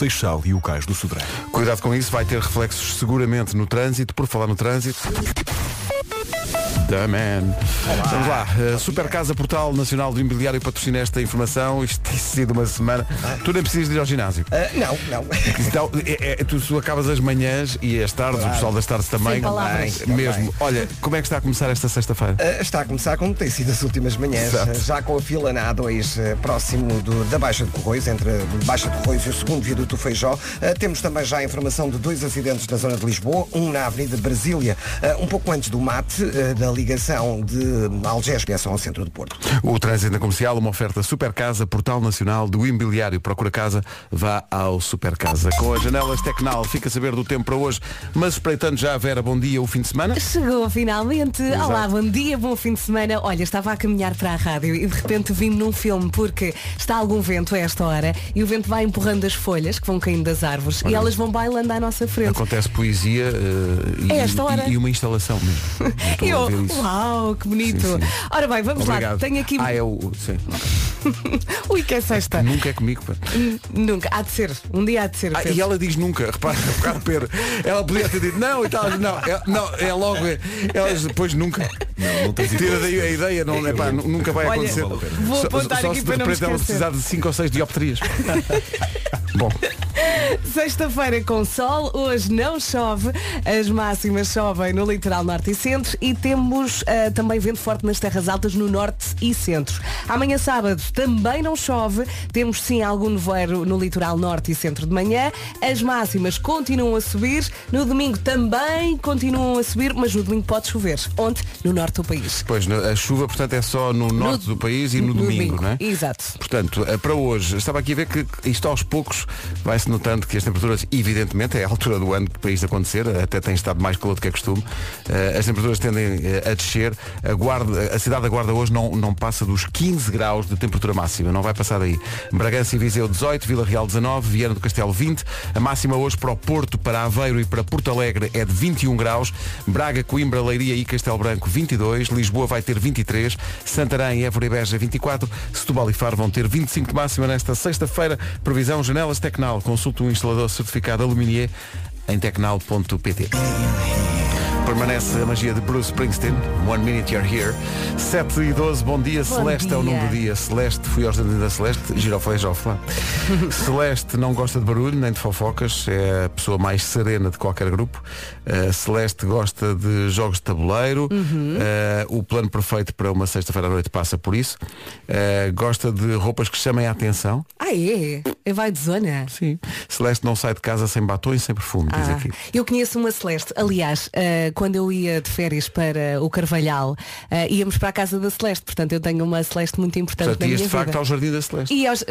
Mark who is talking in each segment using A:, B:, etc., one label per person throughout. A: Seixal e o Cais do Sodré.
B: Cuidado com isso, vai ter reflexos seguramente no trânsito, por falar no trânsito. The man. Vamos lá, uh, Super Casa Portal Nacional do Imobiliário patrocina esta informação. Isto tem sido uma semana. Tu nem precisas de ir ao ginásio.
C: Ah, não, não.
B: Então, é- é- tu, tu acabas as manhãs e as tardes, o pessoal das tardes também.
D: Sem palavras.
B: Também, Mesmo. Olha, como é que está a começar esta sexta-feira?
C: Ah, Está a começar como tem sido as últimas manhãs,
B: Exato.
C: ah, já com a fila na A2 ah, próximo do- da Baixa de Corroios, entre a Baixa de Corroios e o segundo viaduto Feijó. Ah, Temos também já a informação de dois acidentes na zona de Lisboa, um na Avenida de Brasília, ah, um pouco antes do mate, ah, da ligação de Algés direção ao centro do Porto.
B: O trânsito na comercial, uma oferta Super Casa Portal Nacional do Imobiliário. Procura casa, vá ao Super Casa. Com as janelas Tecnal, fica a saber do tempo para hoje, mas espreitando já a Vera, bom dia, o fim de semana.
D: Chegou finalmente. Olá, bom dia, bom fim de semana. Olha, estava a caminhar para a rádio e de repente vim num filme porque está algum vento a esta hora e o vento vai empurrando as folhas que vão caindo das árvores e elas vão bailando à nossa frente.
B: Acontece poesia eh, e,
D: É esta hora.
B: e- e uma instalação mesmo. Estou a
D: Eu,
B: ver isso.
D: uau, que bonito.
B: Sim, sim.
D: Ora bem, vamos
B: Obrigado.
D: lá. Tenho aqui.
B: Ah, é o. o- Sim.
D: Ui, que é sexta.
B: Nunca é comigo. pá.
D: N- Nunca. Há de ser. Um dia há de ser.
B: Ah,
D: Pedro.
B: e ela diz nunca, repara, repara Pedro. Ela podia ter dito não e tal, não, é, não, é logo, é, ela diz, depois nunca.
A: Não, não tens
B: Tira daí a ideia, não, é, pá, nu- nunca vai
D: Olha,
B: acontecer.
D: vale a pena. vou
B: Só-
D: apontar
B: só
D: aqui
B: se
D: para
B: de
D: não me
B: repente ela
D: esquecer.
B: precisar de 5 ou 6 dioptrias. Bom,
D: Sexta-feira com sol, hoje não chove, as máximas chovem no litoral norte e centro e temos ah, também vento forte nas terras altas no norte e centro. Amanhã sábado também não chove, temos sim algum nevoeiro no litoral norte e centro de manhã, as máximas continuam a subir, no domingo também continuam a subir, mas no domingo pode chover, onde? No norte do país.
B: pois, no- a chuva, portanto, é só no norte do país e no, domingo, não é?
D: Exato.
B: Portanto, eh, para hoje, estava aqui a ver que isto aos poucos vai-se notando que as temperaturas, evidentemente, é a altura do ano para isto acontecer, até tem estado mais calor do que é costume, eh, as temperaturas tendem eh, a descer, a, Guarda- a cidade da Guarda hoje não, não passa dos 15 graus de temperatura máxima, não vai passar daí. Bragança e Viseu 18, Vila Real 19, Viana do Castelo 20, a máxima hoje para o Porto, para Aveiro e para Porto Alegre é de 21 graus, Braga, Coimbra, Leiria e Castelo Branco 22, Lisboa vai ter 23, Santarém, Évora e Beja 24, Setúbal e Faro vão ter 25 de máxima nesta sexta-feira. Previsão Janelas Tecnal. Consulte um instalador certificado Aluminier em tecnal.pt. Permanece a magia de Bruce Springsteen. One minute you're here. 7 e 12, bom dia.
D: Bom
B: Celeste é o nome do
D: dia.
B: dia. Celeste, fui aos jantares da Celeste. Girofla é Jofla. Celeste não gosta de barulho, nem de fofocas. É a pessoa mais serena de qualquer grupo. Uh, Celeste gosta de jogos de tabuleiro.
D: Uhum.
B: Uh, o plano perfeito para uma sexta-feira à noite passa por isso. Uh, gosta de roupas que chamem a atenção.
D: Ah é? Vai de zona.
B: Sim. Celeste não sai de casa sem batom e sem perfume, diz
D: Ah,
B: aqui.
D: eu conheço uma Celeste. Aliás, ah, quando eu ia de férias para o Carvalhal, ah, íamos para a casa da Celeste. Portanto, eu tenho uma Celeste muito importante
B: Portanto,
D: na minha
B: ias de
D: vida.
B: facto ao Jardim da Celeste.
D: E aos-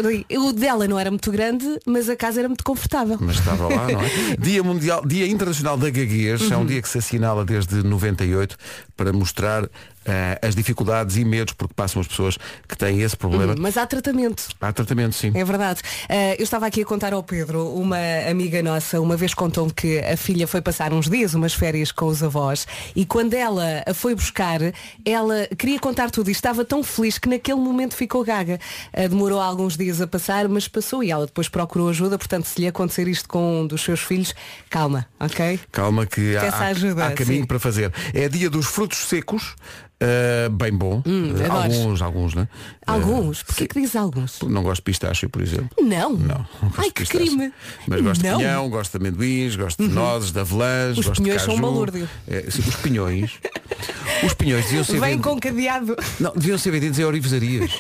D: o dela não era muito grande, mas a casa era muito confortável.
B: Mas estava lá, não é? Dia, mundial, Dia Internacional da Gaguez é
D: Uhum.
B: um dia que se assinala desde 98 para mostrar eh, as dificuldades e medos porque passam as pessoas que têm esse problema.
D: Mas há tratamento.
B: Há tratamento, sim.
D: É verdade. Ah, eu estava aqui a contar ao Pedro, uma amiga nossa, uma vez contou-me que a filha foi passar uns dias, umas férias com os avós, e quando ela a foi buscar, ela queria contar tudo e estava tão feliz que naquele momento ficou gaga. Ah, demorou alguns dias a passar, mas passou e ela depois procurou ajuda, portanto, se lhe acontecer isto com um dos seus filhos, calma,
B: Eh,
D: ok?
B: Calma que há,
D: Peça
B: há-
D: ajuda,
B: há caminho
D: sim.
B: para fazer. É dia dos frutos secos, eh, bem bom. Eh,
D: Hum, adoro.
B: alguns, alguns, né?
D: Alguns?
B: Eh,
D: Porquê que diz alguns?
B: Não gosto de pistácio, por exemplo.
D: Não.
B: Não, não gosto
D: Ai,
B: de
D: que
B: pistache.
D: crime.
B: Mas gosto
D: não. Uhum.
B: de pinhão, gosto de amendoins, gosto de nozes, de avelãs,
D: Os
B: gosto de
D: pinhões
B: caju.
D: são um balúrdio.
B: É, sim, os pinhões. os pinhões deviam ser,
D: Vem
B: vendidos,
D: com cadeado.
B: não, deviam ser vendidos em orivesarias.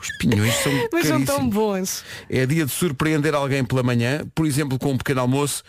B: os pinhões são
D: Mas são
B: caríssimos.
D: tão bons.
B: É dia de surpreender alguém pela manhã, por exemplo, com um pequeno almoço.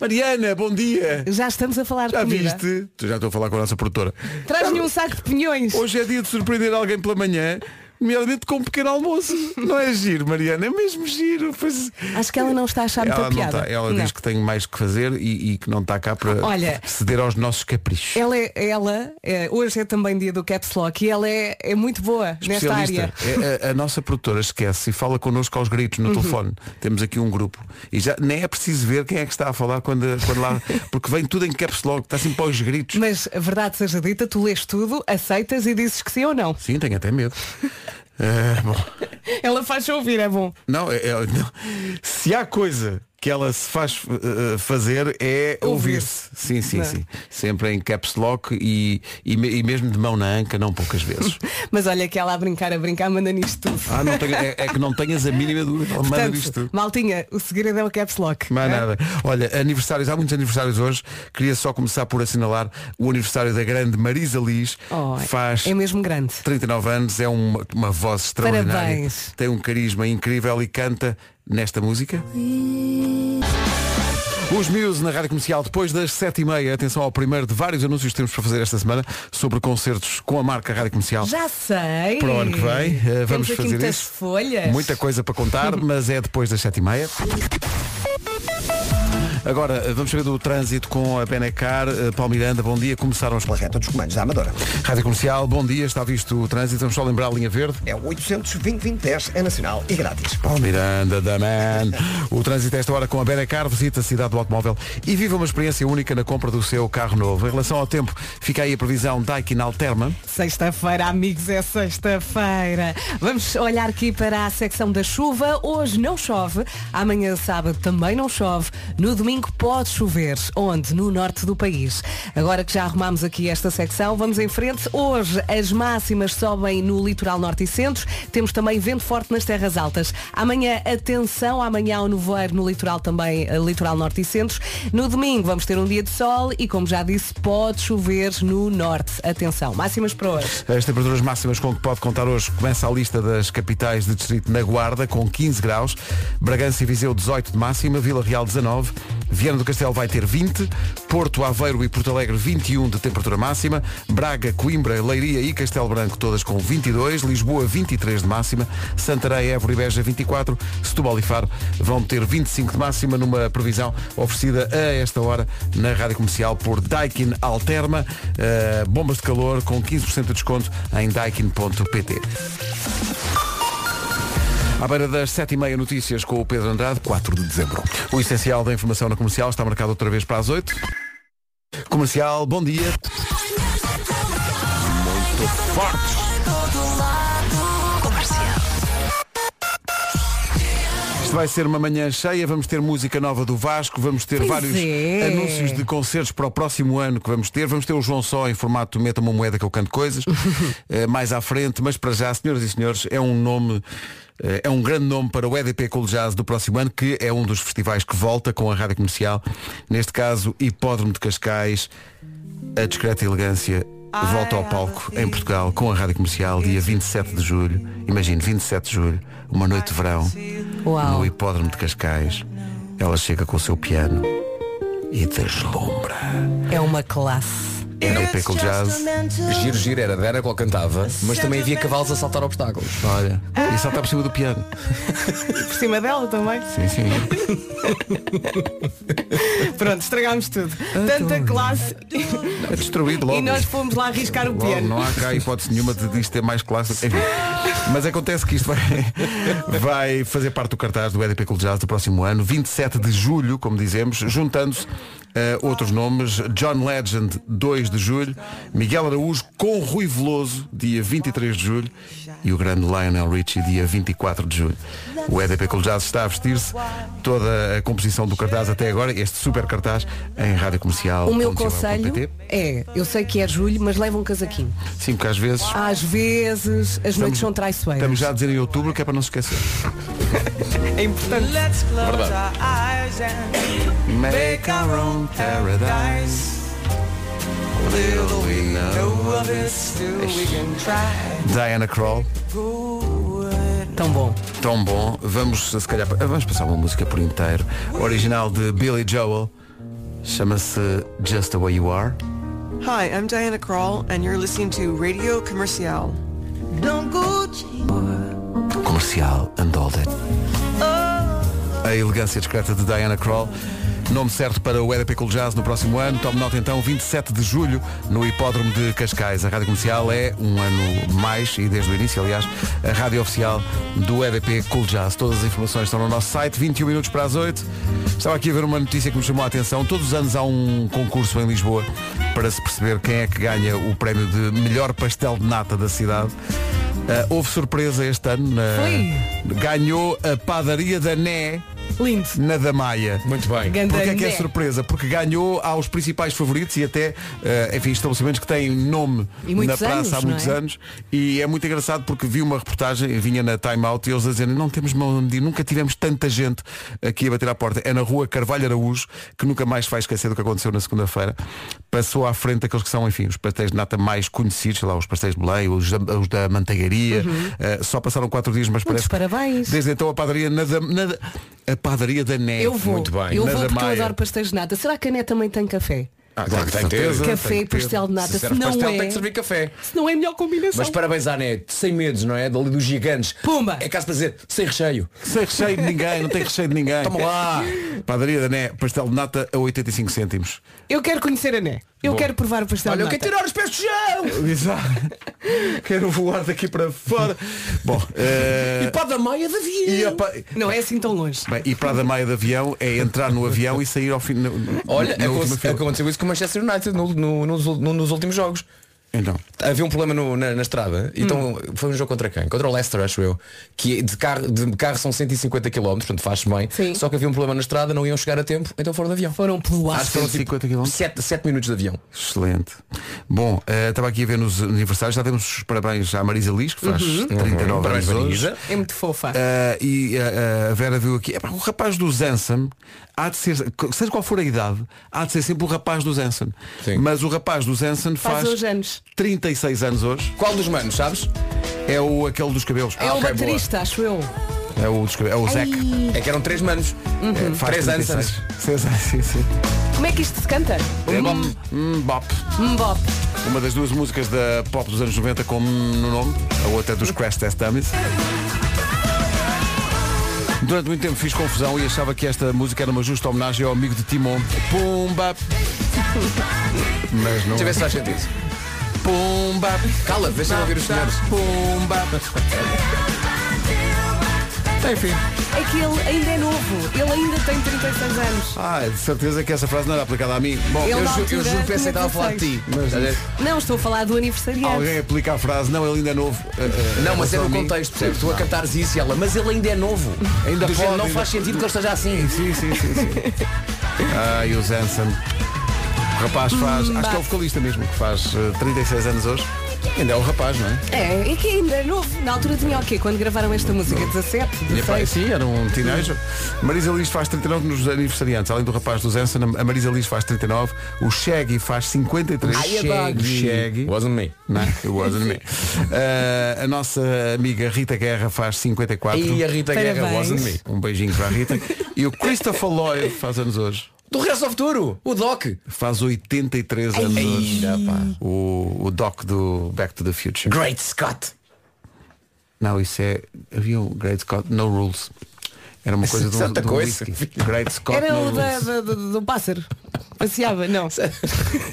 B: Mariana, bom dia!
D: Já estamos a falar de
B: Já
D: comida.
B: viste? Tu Já estou a falar com a nossa produtora.
D: Traz-lhe um saco de pinhões.
B: Hoje é dia de surpreender alguém pela manhã, nomeadamente com um pequeno almoço. Não é giro, Mariana, é mesmo giro. Pois-
D: Acho que ela não está a achar muita
B: Ela, não
D: piada.
B: tá, ela
D: Não.
B: diz que tem mais que fazer e, e que não está cá para
D: Olha-
B: ceder aos nossos caprichos.
D: Ela, é, ela é- hoje é também dia do Caps Lock e ela é, é muito boa nesta área. Uhum.
B: É, a, a nossa produtora esquece e fala connosco aos gritos no telefone. Temos aqui um grupo. E já nem é preciso ver quem é que está a falar quando, quando lá. Porque vem tudo em caps lock, está sempre aos gritos.
D: Mas a verdade seja dita, tu lês tudo, aceitas e dizes que sim ou não.
B: Sim, tenho até medo. Eh, bom,
D: Ela faz-se ouvir, é bom.
B: não, é- é- não. se há coisa que ela se faz eh, fazer é ouvir-se.
D: Ouvir-se.
B: Sim, sim,
D: Não é?
B: sim. Sempre em caps lock e, e, me- e mesmo de mão na anca, não poucas vezes.
D: Mas olha que ela a brincar, a brincar, manda nisto tudo.
B: Ah, não tenho- é, é que não tenhas a mínima dúvida. Ela Manda disto tudo.
D: Portanto, maltinha, o segredo é o caps lock.
B: Mais
D: não é?
B: nada. Olha, aniversários, há muitos aniversários hoje. Queria só começar por assinalar o aniversário da grande Marisa Liz.
D: Oh, é-
B: Faz
D: É mesmo grande.
B: 39 anos, é uma, uma voz extraordinária.
D: Parabéns.
B: Tem um carisma incrível e canta nesta música. Os Muse na Rádio Comercial, depois das 7h30, atenção ao primeiro de vários anúncios que temos para fazer esta semana sobre concertos com a marca Rádio Comercial.
D: Já sei.
B: Para o ano que vem, eh,
D: Temos
B: vamos
D: aqui
B: fazer
D: muitas
B: isso.
D: folhas.
B: Muita coisa para contar, mas é depois das 7h30. Agora, vamos saber do trânsito com a Benecar. Eh, Paulo Miranda, bom dia. Começaram os
C: Pela reta dos comandos da Amadora.
B: Rádio Comercial, bom dia. Está visto o trânsito. Vamos só lembrar a linha verde.
C: É o 820-2010, é nacional e grátis.
B: Paulo Miranda, da Man. O trânsito a esta hora com a Benacar visita a cidade do automóvel e vive uma experiência única na compra do seu carro novo. Em relação ao tempo, fica aí a previsão Daikin Alterma.
D: Sexta-feira, amigos, é sexta-feira. Vamos olhar aqui para a secção da chuva. Hoje não chove, amanhã sábado também não chove, no domingo pode chover. Onde? No norte do país. Agora que já arrumamos aqui esta secção, vamos em frente. Hoje as máximas sobem no litoral norte e centro. Temos também vento forte nas terras altas. Amanhã, atenção, amanhã ao nevoeiro no litoral também, eh, litoral norte e centro. No domingo vamos ter um dia de sol e, como já disse, pode chover no norte. Atenção, máximas para hoje.
B: As temperaturas máximas com que pode contar hoje começa a lista das capitais de distrito na Guarda, com 15 graus. Bragança e Viseu, 18 de máxima. Vila Real, 19. Viana do Castelo vai ter 20. Porto, Aveiro e Porto Alegre, 21 de temperatura máxima. Braga, Coimbra, Leiria e Castelo Branco, todas com 22. Lisboa, 23 de máxima. Santarém, Évora e Beja, 24. Setúbal e Faro vão ter 25 de máxima numa previsão oferecida a esta hora na Rádio Comercial por Daikin Alterma. Eh, bombas de calor com 15% de desconto em daikin.pt. À beira das 7h30 notícias com o Pedro Andrade.
A: 4 de dezembro.
B: O essencial da informação na comercial está marcado outra vez para as 8. Comercial, bom dia. Isto vai ser uma manhã cheia, vamos ter música nova do Vasco, vamos ter
D: Pois
B: vários
D: é.
B: anúncios de concertos para o próximo ano que vamos ter. Vamos ter o João Só em formato Meta uma moeda que eu canto coisas, eh, mais à frente, mas para já, senhoras e senhores, é um nome. eh, É um grande nome para o EDP Cool Jazz do próximo ano, que é um dos festivais que volta com a rádio comercial. Neste caso, Hipódromo de Cascais, a discreta elegância volta ao palco em Portugal com a rádio comercial, dia 27 de julho. Imagino, 27 de julho, uma noite de verão
D: Uau.
B: no hipódromo de Cascais, ela chega com o seu piano e deslumbra.
D: É uma classe.
B: Era o Pickle Jazz.
E: Giro, giro, era Vera qual cantava, mas também havia cavalos a saltar obstáculos.
B: Olha, e salta por cima do piano.
D: Por cima dela também.
B: Sim, sim.
D: Pronto, estragámos Ah, tudo. Tanta classe.
B: É destruído logo.
D: E nós fomos lá arriscar o
B: Logo, não
D: piano.
B: há cá hipótese nenhuma de isto ter mais classe. Enfim. Mas acontece que isto vai, vai fazer parte do cartaz do EDP Cool Jazz do próximo ano, 27 de julho, como dizemos, juntando-se eh, outros nomes, John Legend, 2 de julho, Miguel Araújo com Rui Veloso, dia 23 de julho, e o grande Lionel Richie, dia 24 de julho. O EDP Cool Jazz está a vestir-se toda a composição do cartaz até agora, este super cartaz, em rádio comercial.
D: O meu conselho é, eu sei que é julho, mas leva um casaquinho.
B: Sim, porque às vezes
D: Às vezes as noites são traiçoeiras.
B: Estamos já a dizer em outubro que é para não se esquecer.
D: É importante.
B: Make our own paradise. Little we know. Diana Krall,
D: Tão bom.
B: tão bom. Vamos, se calhar, vamos passar uma música por inteiro. Original de Billy Joel. Chama-se Just the Way You Are.
F: Hi, I'm Diana Krall, and you're listening to Radio Comercial.
B: Comercial and all that. A elegância discreta de Diana Krall. Nome certo para o EDP Cool Jazz no próximo ano. Tome nota então, 27 de julho, no Hipódromo de Cascais. A Rádio Comercial é um ano mais, e desde o início, aliás, a rádio oficial do EDP Cool Jazz. Todas as informações estão no nosso site, 21 minutos para as 8. Estava aqui a ver uma notícia que me chamou a atenção. Todos os anos há um concurso em Lisboa para se perceber quem é que ganha o prémio de melhor pastel de nata da cidade. Ah, houve surpresa este ano. na-
D: Foi.
B: Ganhou a padaria da Né
D: Lindo.
B: na Damaia.
E: Muito bem.
D: Ganda
B: Porquê é que é
D: né?
B: surpresa? Porque ganhou aos principais favoritos e até, eh, enfim, estabelecimentos que têm nome
D: E
B: na
D: muitos
B: praça há
D: anos,
B: muitos
D: não é?
B: anos. E é muito engraçado porque vi uma reportagem, vinha na Time Out e eles a dizerem, não temos mão onde ir, nunca tivemos tanta gente aqui a bater à porta. É na rua Carvalho Araújo, que nunca mais se vai esquecer do que aconteceu na segunda-feira. Passou à frente daqueles que são, enfim, os pastéis de nata mais conhecidos, sei lá, os pastéis de Belém, os da, os da manteigaria. Eh, só passaram quatro dias, mas
D: Uhum. Muitos
B: parece que
D: parabéns.
B: Desde então a padaria na, da- na da- a padaria da neve.
D: Eu vou.
E: Muito bem.
D: Eu
B: Na
D: vou porque eu
B: Damaia.
D: adoro pastéis de nata. Será que a Né também tem café?
E: Ah, claro que tem
B: certeza.
E: certeza.
D: café
B: tem
D: e
B: que ter.
D: pastel de nata.
E: Se
D: Se,
E: serve
D: não
E: pastel,
D: é,
E: tem que servir café.
D: se não é a melhor combinação.
E: Mas parabéns à net, sem medos, não é? Dali dos gigantes.
D: Pumba!
E: É caso para dizer, sem recheio.
B: Sem recheio de ninguém, não tem recheio de ninguém.
E: Toma lá.
B: Padaria da Né, pastel de nata a 85 cêntimos.
D: Eu quero conhecer a Né. Eu quero provar o pastel
E: Olha, eu
D: de
E: quero
D: nata.
E: tirar os pés do chão!
B: Quero voar daqui para fora. Bom, eh,
E: E para da meia da
B: e, a
E: via.
B: pa-
D: Não é assim tão longe.
B: Bem, e para a da maia de avião é entrar no avião e sair ao fim. no- no-
E: Olha, é
B: na última
E: aconte-
B: fila.
E: aconteceu isso com o Manchester United no- no- nos, ul- no- nos últimos jogos.
B: Então,
E: Havia um problema no- na, na estrada, então foi um jogo contra quem? Contra o Leicester, acho eu, que de carro, de carro são 150 km, portanto faz bem.
D: Sim.
E: Só que havia um problema na estrada, não iam chegar a tempo, então foram de avião.
D: Foram pelo ar.
E: Acho que foram
B: 150 km.
E: 7, minutos de avião.
B: excelente. Bom, eh, estava aqui a ver nos aniversários, já demos os parabéns à Marisa Liz, que faz 39
E: Uhum.
B: anos
E: Parabéns,
B: hoje.
E: Marisa.
D: É muito fofa.
B: Ah, e ah, a Vera viu aqui. Epá, o rapaz do Zanson há de ser, seja qual for a idade, há de ser sempre o rapaz do Zanson.
E: Sim.
B: Mas o rapaz do Zanson faz,
D: Faz hoje anos.
B: 36 anos hoje.
E: Qual dos manos, sabes?
B: É o aquele dos cabelos. Ah,
D: é o
E: ok, boa.
D: baterista, acho eu.
B: É o dos cabelos. É o Zac.
E: É que eram três manos.
D: uhum.
E: É,
B: Faz
E: Três
B: 36.
E: anos.
B: Seis anos, sim, sim.
D: Como é que isto se canta?
B: É bop. Hum, bop.
D: Mbop.
B: Uma das duas músicas da pop dos anos 90 com hum no nome, a outra é dos Crash Test Dummies. Durante muito tempo fiz confusão e achava que esta música era uma justa homenagem ao amigo de Timon. Pumba! Mas não. é.
E: Deixa eu ver se faz sentido.
B: Pumba!
E: Cala, deixa-me ouvir os senhores.
B: Pumba! Enfim.
D: É que ele ainda é novo. Ele ainda tem 36 anos.
B: Ah, de certeza que essa frase não era aplicada a mim. Bom,
D: Ele
E: Eu,
D: na
E: ju- é- eu
D: altura
E: juro que pensei que
D: tinha
E: estava a falar de ti.
D: 16.
E: Estás a ver?
D: Não, estou a falar do aniversariante.
B: alguém aplica a frase, não, ele ainda é novo. Ah, ah,
E: Não, mas é
B: só a
E: no
B: mim.
E: contexto, percebes? Tu a cantares isso e ela, mas ele ainda é novo.
B: Ainda
E: Do género,
B: pode,
E: não
B: ainda-
E: faz sentido que ele esteja assim.
B: Sim, sim, sim, sim. Ai, o Zanson. O rapaz faz, acho que é o vocalista mesmo, que faz eh, 36 anos hoje. Ainda é o rapaz, não é?
D: É, e que ainda é novo. Na altura tinha o quê? Quando gravaram esta música? 17?
B: E, pá,
D: 16?
B: sim, era um teenager. Marisa Liz faz 39 nos aniversariantes. Além do rapaz do Zanson, a Marisa Liz faz 39. O Shaggy faz 53.
E: Ai, é adoro.
B: O Shaggy.
E: Wasn't me.
B: Não, it wasn't me. Eh, a nossa amiga Rita Guerra faz 54.
E: E a Rita Guerra,
D: Parabéns.
E: wasn't me.
B: Um beijinho para a Rita. e o Christopher Lloyd faz anos hoje.
E: Do Regresso ao Futuro, o Doc.
B: Faz 83 anos hoje. O, o doc do Back to the Future.
E: Great Scott.
B: Não, isso é. Havia um Great Scott, No Rules. Era uma coisa de um,
E: Tanta
B: de um
E: coisa.
B: whisky. Great Scott,
D: Era
B: No
D: o da,
B: Rules.
D: da- da- do pássaro. Passeava, não.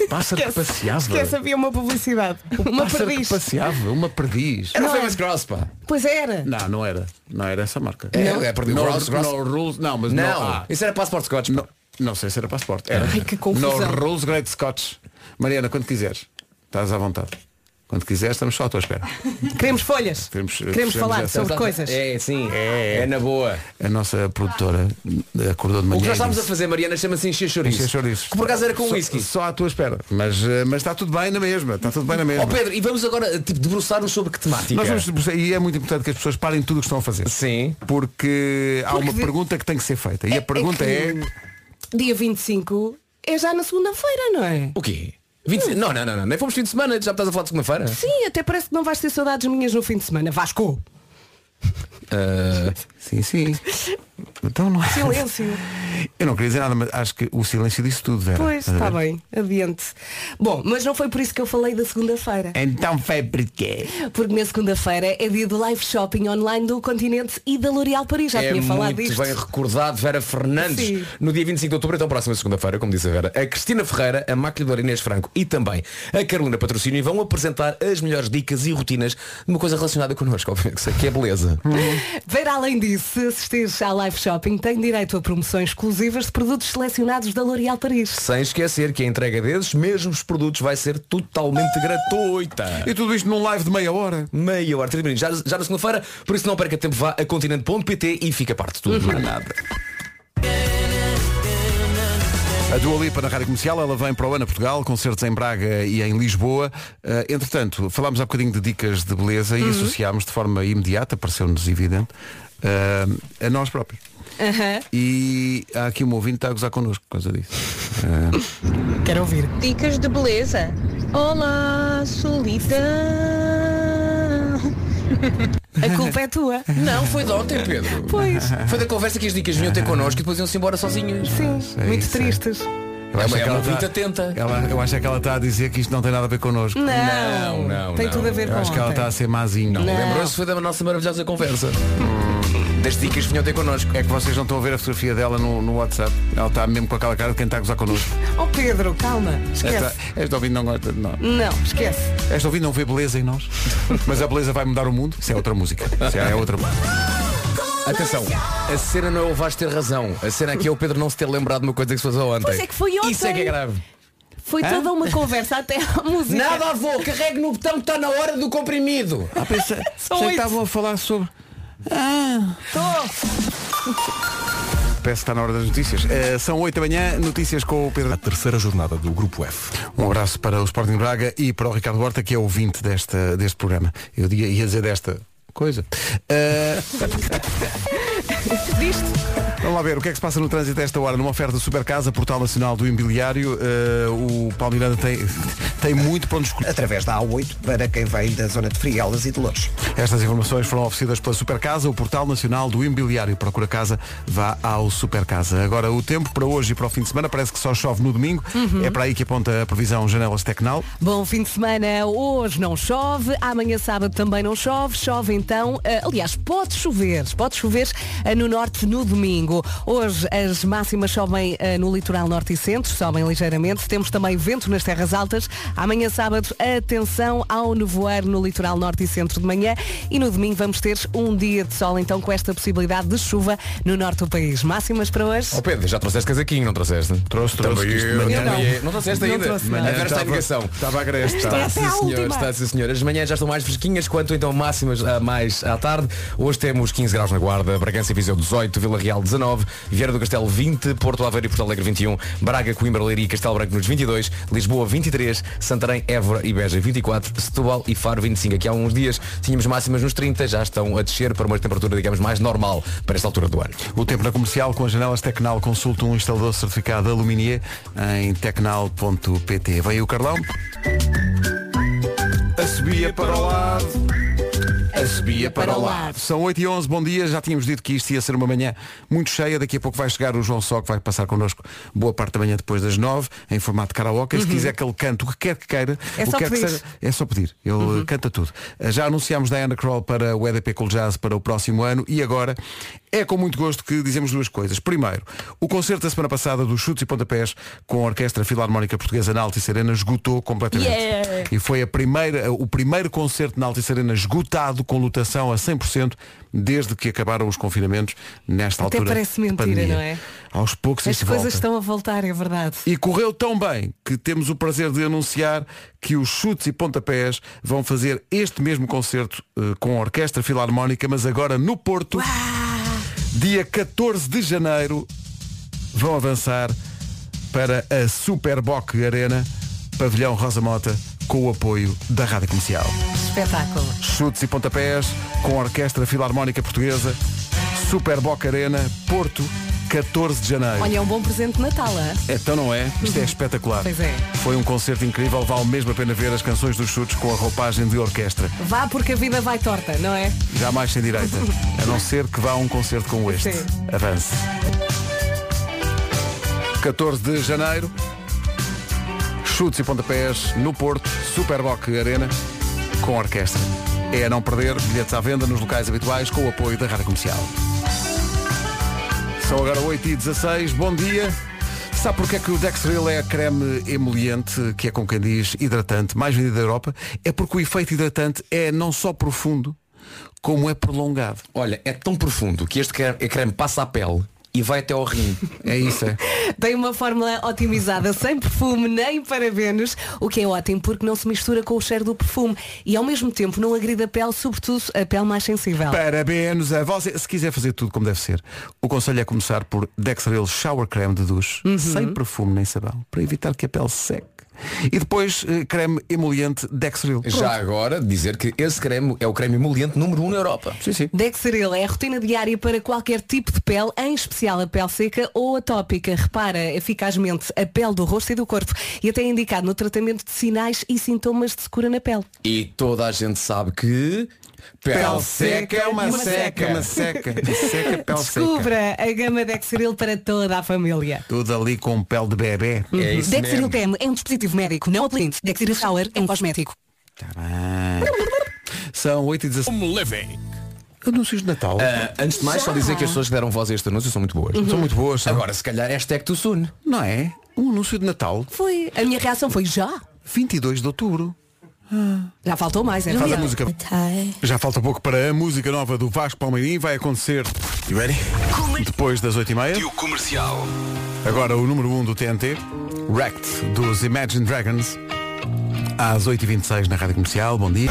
B: Pássaro que passeava.
D: Esquece, havia uma publicidade. uma
B: Pássaro que
D: perdiz.
B: passeava, uma perdiz.
E: Era o
D: Não é.
E: Famous Gross, pá.
D: Pois era.
B: Não, não era. Não era essa marca.
E: É, é, perdi-
B: no,
E: Gross, Gross.
B: no Rules. Não, mas
E: Não,
B: não. ah,
E: isso era Passport Scotch.
B: não, não sei se era passaporte. Era.
D: Ai, que confusão.
B: No Rules Great Scotch. Mariana, quando quiseres, estás à vontade. Quando quiseres, estamos só à tua espera.
D: Queremos folhas.
B: Queremos- eh,
D: Queremos
B: precisamos
D: falar
B: dessa-
D: sobre coisas.
E: É, sim. É, na boa.
B: A nossa produtora eh, acordou de manhã.
E: O que nós
B: e
E: estávamos a
B: disse,
E: fazer, Mariana, chama-se encher chouriço.
B: Encher chouriços.
E: Que por acaso era com
B: só,
E: whisky.
B: Só à tua espera. Mas, eh, mas está tudo bem na mesma. Está tudo bem na mesma.
E: Ó Pedro, e vamos agora tipo, debruçar-nos sobre que temática?
B: Nós vamos- e é muito importante que as pessoas parem tudo o que estão a fazer.
E: Sim.
B: Porque há uma
D: Porque-
B: pergunta que tem que ser feita. E
D: É-
B: a pergunta é.
D: que Dia 25 é já na segunda-feira, não é?
E: O quê? 20... Não, não, não, não. Nem fomos fim de semana, já estás a falar de segunda-feira?
D: Sim, até parece que não vais ter saudades minhas no fim de semana. Vasco!
E: Ah,
B: é, Sim, sim. Então não é.
D: Silêncio.
B: Eu não queria dizer nada, mas acho que o silêncio disse tudo, Vera.
D: Pois,
B: Estás a
D: está
E: tá
B: ver?
D: bem, adiante. Bom, mas não foi por isso que eu falei da segunda-feira.
B: Então foi porque.
D: Porque na segunda-feira é dia do live shopping online do Continente e da L'Oréal Paris. Já
E: é
D: tinha falado
E: muito
D: disto.
E: bem recordado, Vera Fernandes.
D: Sim.
E: No dia 25 de outubro, então próxima segunda-feira, como disse a Vera, a Cristina Ferreira, a maquilhadora Inês Franco e também a Carolina Patrocínio vão apresentar as melhores dicas e rotinas de uma coisa relacionada connosco, obviamente, que é beleza.
D: Ver além disso, se assistires à live shopping, tem direito a promoções exclusivas. exclusivas de produtos selecionados da L'Oréal Paris.
E: Sem esquecer que a entrega desses mesmos produtos vai ser totalmente gratuita.
B: E tudo isto num live de meia hora.
E: Meia hora, 30 minutos, já, já na segunda-feira, por isso não perca tempo, vá a continente.pt e fica parte de tudo. Não é nada.
B: A Dua Lipa na Rádio Comercial, ela vem para o ano a Portugal, concertos em Braga e em Lisboa. Eh, entretanto, falámos há bocadinho de dicas de beleza
D: Uhum.
B: e associámos de forma imediata, pareceu-nos evidente, eh, a nós próprios. E há aqui um ouvinte que está a gozar connosco por causa disso.
D: Quero ouvir.
G: Dicas de beleza. Olá, solidão.
D: A culpa é tua.
E: Não, foi de ontem, Pedro.
D: Pois.
E: Foi da conversa que as dicas vinham ter connosco e depois iam-se embora sozinhas.
D: Sim,
B: é
D: muito
B: isso, é.
D: tristes.
B: Eu
E: É
B: acho
E: uma,
B: que
E: é uma
B: ela
E: ouvinte
B: está-
E: atenta.
B: ela- eu acho é que ela está a dizer que isto não tem nada a ver connosco.
D: Não,
E: Não, não,
D: Tem
E: não.
D: tudo a ver
B: Eu
D: com
B: acho que ela tá-
D: ontem.
B: está a ser mazinho.
E: Não, lembrou-se foi da nossa maravilhosa conversa. Das dicas que vinham ter connosco.
B: É que vocês não estão a ver a fotografia dela no, no WhatsApp. Ela está mesmo com aquela cara de quem está a gozar connosco.
D: Oh Pedro, calma. Esquece.
B: Esta, esta ouvinte não gosta de nós.
D: Não, esquece.
B: Esta ouvinte não vê beleza em nós. Mas a beleza vai mudar o mundo. Isso é outra música. Isso é outra música.
E: Atenção, a cena não é o Vasco ter razão. A cena aqui é o Pedro não se ter lembrado de uma coisa que se passou ontem.
D: Pois é que foi ontem.
E: Isso é que é grave.
D: Foi toda uma conversa até a música.
E: Nada, avô, carregue no botão que está na hora do comprimido.
D: Só isso.
B: a falar sobre. Ah, Parece que está na hora das notícias. Eh, são 8 da manhã, notícias com o Pedro.
A: A terceira jornada do Grupo F.
B: Um abraço para o Sporting Braga e para o Ricardo Horta, que é ouvinte desta, deste programa. Eu ia, ia dizer desta coisa. Eh,
D: Viste?
B: Vamos lá ver o que é que se passa no trânsito a esta hora. Numa oferta Supercasa, Portal Nacional do Imobiliário, eh, o Paulo Miranda tem, tem muito para onde escolher.
C: Através da A8 para quem vem da zona de Frielas e de Louros.
B: Estas informações foram oferecidas pela Supercasa, o Portal Nacional do Imobiliário. Procura casa, vá ao Supercasa. Agora, o tempo para hoje e para o fim de semana parece que só chove no domingo. É para aí que aponta a previsão Janelas Tecnal.
D: Bom fim de semana. Hoje não chove, amanhã sábado também não chove. Chove então, eh, aliás, pode chover. Pode chover eh, no norte no domingo. Hoje as máximas sobem eh, no litoral norte e centro, sobem ligeiramente. Temos também vento nas terras altas. Amanhã sábado, atenção ao nevoeiro no litoral norte e centro de manhã. E no domingo vamos ter um dia de sol, então com esta possibilidade de chuva no norte do país. Máximas para hoje?
E: Ó Oh, Pedro, já trouxeste casaquinho, não trouxeste?
B: Trouxe, trouxe, que
E: Também
B: isto de
E: eu,
B: manhã-
E: também
D: Eu não.
E: eu. Não trouxeste
D: Não
E: ainda?
D: trouxe nada.
E: A Vera está em negação.
B: Estava a greve.
D: Até
E: Está,
D: à
E: sim, senhor,
D: última.
E: está, sim, senhor. As manhãs já estão mais fresquinhas, quanto então máximas ah, mais à tarde. Hoje temos 15 graus na Guarda, Bragança e Viseu 18, Vila Real 19, Vieira do Castelo 20, Porto Aveiro e Porto Alegre 21, Braga, Coimbra, Leiria e Castelo Branco nos 22, Lisboa 23, Santarém, Évora e Beja 24, Setúbal e Faro 25. Aqui há uns dias tínhamos máximas nos 30, já estão a descer para uma temperatura, digamos, mais normal para esta altura do ano.
B: O tempo na comercial com as janelas Tecnal. Consulte um instalador certificado Aluminier em tecnal.pt. Vem aí o Carlão. A subia para o lado. A subia
D: para o lado.
B: São 8 e 11 bom dia. Já tínhamos dito que isto ia ser uma manhã muito cheia. Daqui a pouco vai chegar o João Só, que vai passar connosco boa parte da manhã depois das 9, em formato de karaoke. Se quiser que ele cante o que quer que queira,
D: Uhum. É
B: o
D: só
B: que quer
D: pedir.
B: que seja, é só pedir. Ele
D: Uhum.
B: eh, canta tudo. Eh, Já anunciámos Diana Kroll para o EDP Cool Jazz para o próximo ano e agora é com muito gosto que dizemos duas coisas. Primeiro, o concerto da semana passada dos Chutes e Pontapés com a Orquestra Filarmónica Portuguesa na Altice Arena esgotou completamente.
D: Yeah.
B: E foi a primeira, o primeiro concerto na Altice Arena esgotado com lotação a 100% desde que acabaram os confinamentos nesta
D: Até
B: altura.
D: parece
B: de
D: mentira,
B: pandemia.
D: não é?
B: Aos poucos
D: As
B: isso
D: coisas
B: volta.
D: estão a voltar, é verdade.
B: E correu tão bem que temos o prazer de anunciar que os Chutes e Pontapés vão fazer este mesmo concerto eh, com a Orquestra Filarmónica, mas agora no Porto. Dia 14 de janeiro vão avançar para a Superboc Arena, Pavilhão Rosa Mota, com o apoio da Rádio Comercial.
D: Espetáculo.
B: Chutes e Pontapés com a Orquestra Filarmónica Portuguesa, Superboc Arena, Porto, 14 de janeiro.
D: Olha, é um bom presente de Natal, hã?
B: Então não é? Isto é espetacular.
D: Uhum. Pois é.
B: Foi um concerto incrível, vale mesmo a pena ver as canções dos chutes com a roupagem de orquestra.
D: Vá porque a vida vai torta, não é?
B: Jamais sem direita. A não ser que vá a um concerto como este.
D: Sim.
B: Avance. 14 de janeiro. Chutes e pontapés no Porto, Superboc Arena, com orquestra. É a não perder, bilhetes à venda nos locais habituais com o apoio da Rádio Comercial. São agora 8h16, bom dia. Sabe porque é que o Dexril é a creme emoliente, que é como quem diz hidratante, mais vendida da Europa? É porque o efeito hidratante é não só profundo, como é prolongado.
E: Olha, é tão profundo que este creme, creme passa à pele e vai até ao rim.
B: É isso, é.
D: Tem uma fórmula otimizada sem perfume nem parabenos, o que é ótimo porque não se mistura com o cheiro do perfume e ao mesmo tempo não agride a pele, sobretudo a pele mais sensível.
B: Parabéns a você. Se quiser fazer tudo como deve ser, o conselho é começar por Dexeril Shower Creme de Duche, sem perfume nem sabão, para evitar que a pele seque. E depois, eh, creme emoliente Dexeril.
E: Já agora, dizer que esse creme é o creme emoliente número 1 um na Europa.
B: Sim, sim.
D: Dexeril é a rotina diária para qualquer tipo de pele, em especial a pele seca ou atópica. Repara eficazmente a pele do rosto e do corpo e até é indicado no tratamento de sinais e sintomas de secura na pele.
E: E toda a gente sabe que pele seca é uma
B: uma
E: seca.
B: seca, uma seca, pele seca.
D: Descubra a gama Dexeril para toda a família.
B: Tudo ali com pele de bebê.
E: É isso
D: Dexeril
E: mesmo.
D: PM é um dispositivo médico, não apelente. Dexeril Shower é um cosmético.
B: São 8 e 17 Anúncios de Natal.
E: Ah, antes de mais, só dizer que as pessoas que deram voz a este anúncio são muito boas.
B: São muito boas. são.
E: Agora, se calhar, é hashtag too soon.
B: Não é? Um anúncio de Natal,
D: Foi. A minha reação foi já.
B: 22 de outubro.
D: Já faltou mais, é
B: Faz a
D: verdade.
B: música. Já falta pouco para a música nova do Vasco Palmeirim. Vai acontecer. You ready? Depois das 8h30.
A: o comercial.
B: Agora o número 1 um do TNT, Wrecked, dos Imagine Dragons, às 8h26 na Rádio Comercial. Bom dia.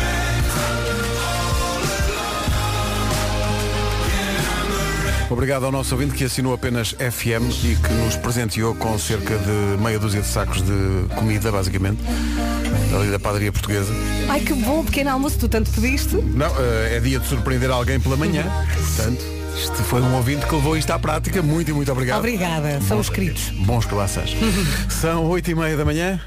B: Obrigado ao nosso ouvinte que assinou apenas FM e que nos presenteou com cerca de meia dúzia de sacos de comida, basicamente, ali da padaria portuguesa.
D: Ai que bom, pequeno almoço, tu tanto pediste.
B: Não, eh, é dia de surpreender alguém pela manhã. Portanto, este foi um ouvinte que levou isto à prática. Muito e muito obrigado.
D: Obrigada, são os queridos.
B: Bons croissants. São 8 e meia da manhã.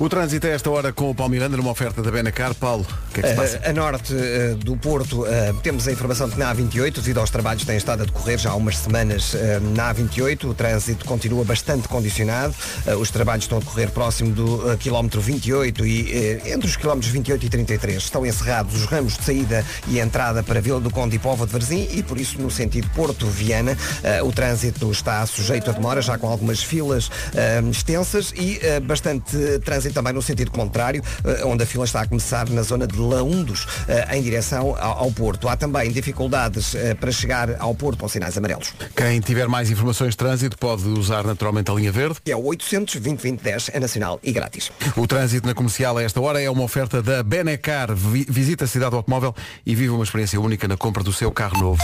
B: O trânsito é esta hora com o Palmiranda numa oferta da Benacar. Paulo, o que é que se passa?
C: Eh, A norte eh, do Porto eh, temos a informação de que na A28, devido aos trabalhos que têm estado a decorrer já há umas semanas eh, na A28, o trânsito continua bastante condicionado. Eh, Os trabalhos estão a decorrer próximo do eh, quilómetro 28 e eh, entre os quilómetros 28 e 33 estão encerrados os ramos de saída e entrada para Vila do Conde e Povo de Varzim e por isso no sentido Porto-Viana eh, o trânsito está sujeito a demora, já com algumas filas eh, extensas e eh, bastante eh, trânsito também no sentido contrário, eh, onde a fila está a começar na zona de Laundos, eh, em direção ao, ao Porto. Há também dificuldades eh, para chegar ao Porto aos sinais amarelos.
B: Quem tiver mais informações de trânsito pode usar naturalmente a linha verde.
C: Que é o 800 2010 é nacional e grátis.
B: O trânsito na comercial a esta hora é uma oferta da Benacar. Vi- visita a cidade do automóvel e vive uma experiência única na compra do seu carro novo.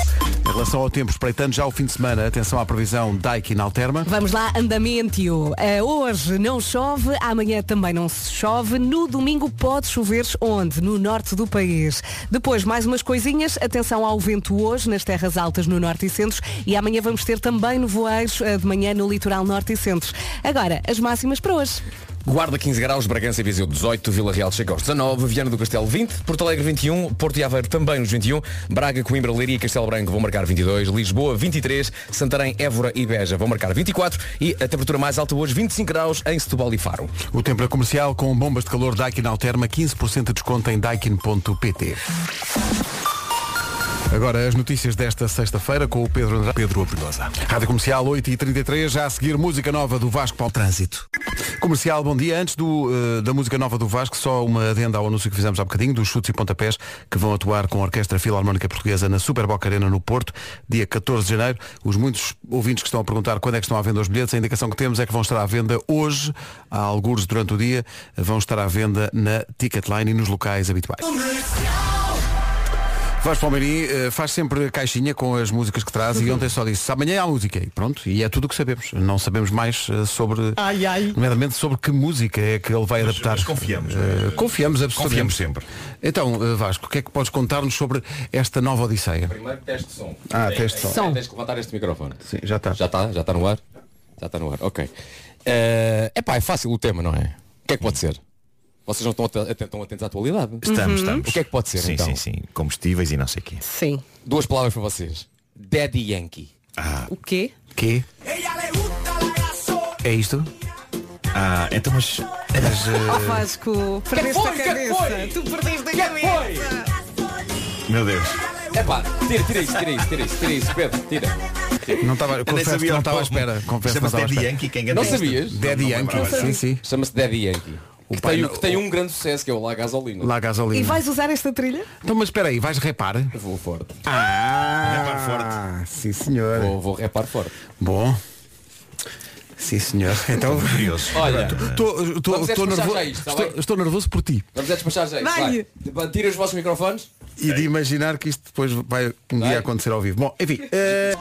B: Em relação ao tempo, espreitando já o fim de semana, atenção à previsão Daikin Alterma.
D: Vamos lá, andamento. Eh, hoje não chove, amanhã também não se chove. No domingo pode chover onde? No norte do país. Depois, mais umas coisinhas. Atenção ao vento hoje nas terras altas no norte e centros. E amanhã vamos ter também nevoeiros eh, de manhã no litoral norte e centros. Agora, as máximas para hoje.
E: Guarda 15 graus, Bragança e Viseu 18, Vila Real chega aos 19, Viana do Castelo 20, Porto Alegre 21, Porto e Aveiro também nos 21, Braga, Coimbra, Leiria e Castelo Branco vão marcar 22, Lisboa 23, Santarém, Évora e Beja vão marcar 24 e a temperatura mais alta hoje 25 graus em Setúbal e Faro.
B: O tempo é comercial com bombas de calor Daikin Alterma, 15% de desconto em daikin.pt. Agora as notícias desta sexta-feira com o Pedro Andrade.
A: Pedro Abrunhosa.
B: Rádio Comercial 8h33, já a seguir música nova do Vasco para o Trânsito. Comercial, bom dia. Antes do, eh, da música nova do Vasco, só uma adenda ao anúncio que fizemos há bocadinho, dos chutes e pontapés, que vão atuar com a Orquestra Filarmónica Portuguesa na Super Boca Arena no Porto, dia 14 de janeiro. Os muitos ouvintes que estão a perguntar quando é que estão à venda os bilhetes, a indicação que temos é que vão estar à venda hoje, a algures durante o dia, vão estar à venda na Ticketline e nos locais habituais. Vasco Palmeirim eh, faz sempre a caixinha com as músicas que traz e ontem só disse amanhã há música e pronto, e é tudo o que sabemos. Não sabemos mais eh, sobre, nomeadamente sobre que música é que ele vai adaptar.
A: mas confiamos,
B: Eh,
A: não é?
B: confiamos, absolutamente.
A: Confiamos sempre.
B: Então, eh, Vasco, o que é que podes contar-nos sobre esta nova Odisseia?
E: Primeiro teste de som.
B: Ah, teste de som.
D: Som.
E: Tens que levantar este microfone.
B: Sim, já está.
E: Já está? Já está no ar? Já está no ar, ok. É pá, é fácil o tema, não é? O que é que pode ser? Vocês não estão at- at- estão atentos à atualidade?
A: Estamos, estamos.
E: O que é que pode ser,
A: Sim,
E: então?
A: sim, sim. Combustíveis e não sei o quê.
D: Sim.
E: Duas palavras para vocês. Daddy Yankee.
D: O quê?
B: Que? É isto? eh,
A: Ah, então mas...
D: Oh Vasco, perdeste a
E: foi? Que
D: cabeça.
E: foi?
D: Tu perdeste a
E: foi?
D: cabeça.
A: Meu Deus.
E: É pá, tira, tira isso, tira isso, tira isso, tira isso, Pedro, tira.
B: Não estava, confesso que não estava à espera. Confesso que não
A: Chama-se
B: estava à
A: Daddy
B: espera.
A: Yankee. Quem
E: Não sabias?
B: Daddy Yankee, sim, sim.
E: Chama-se Daddy Yankee.
B: O
E: Que
B: pai
E: tem,
B: não-
E: que tem um grande sucesso, que é o La Gasolina.
B: Lá a gasolina.
D: E vais usar esta trilha?
B: Então, mas espera aí, vais repar?
E: Vou forte.
B: Ah,
A: Repar forte.
B: Sim, senhor.
E: Vou, vou repar forte.
B: Bom. Sim, senhor. Então,
A: Curioso.
E: Olha,
B: estou
E: Vamos é despachar
B: nervoso,
E: já isto, tá
B: estou,
E: bem?
B: estou nervoso por ti
E: vamos é despachar já isto.
D: Vai.
E: Vai. Tipo, Tira os vossos microfones.
B: e de imaginar que isto depois vai um
E: Vai.
B: dia acontecer ao vivo. Bom, enfim. eh,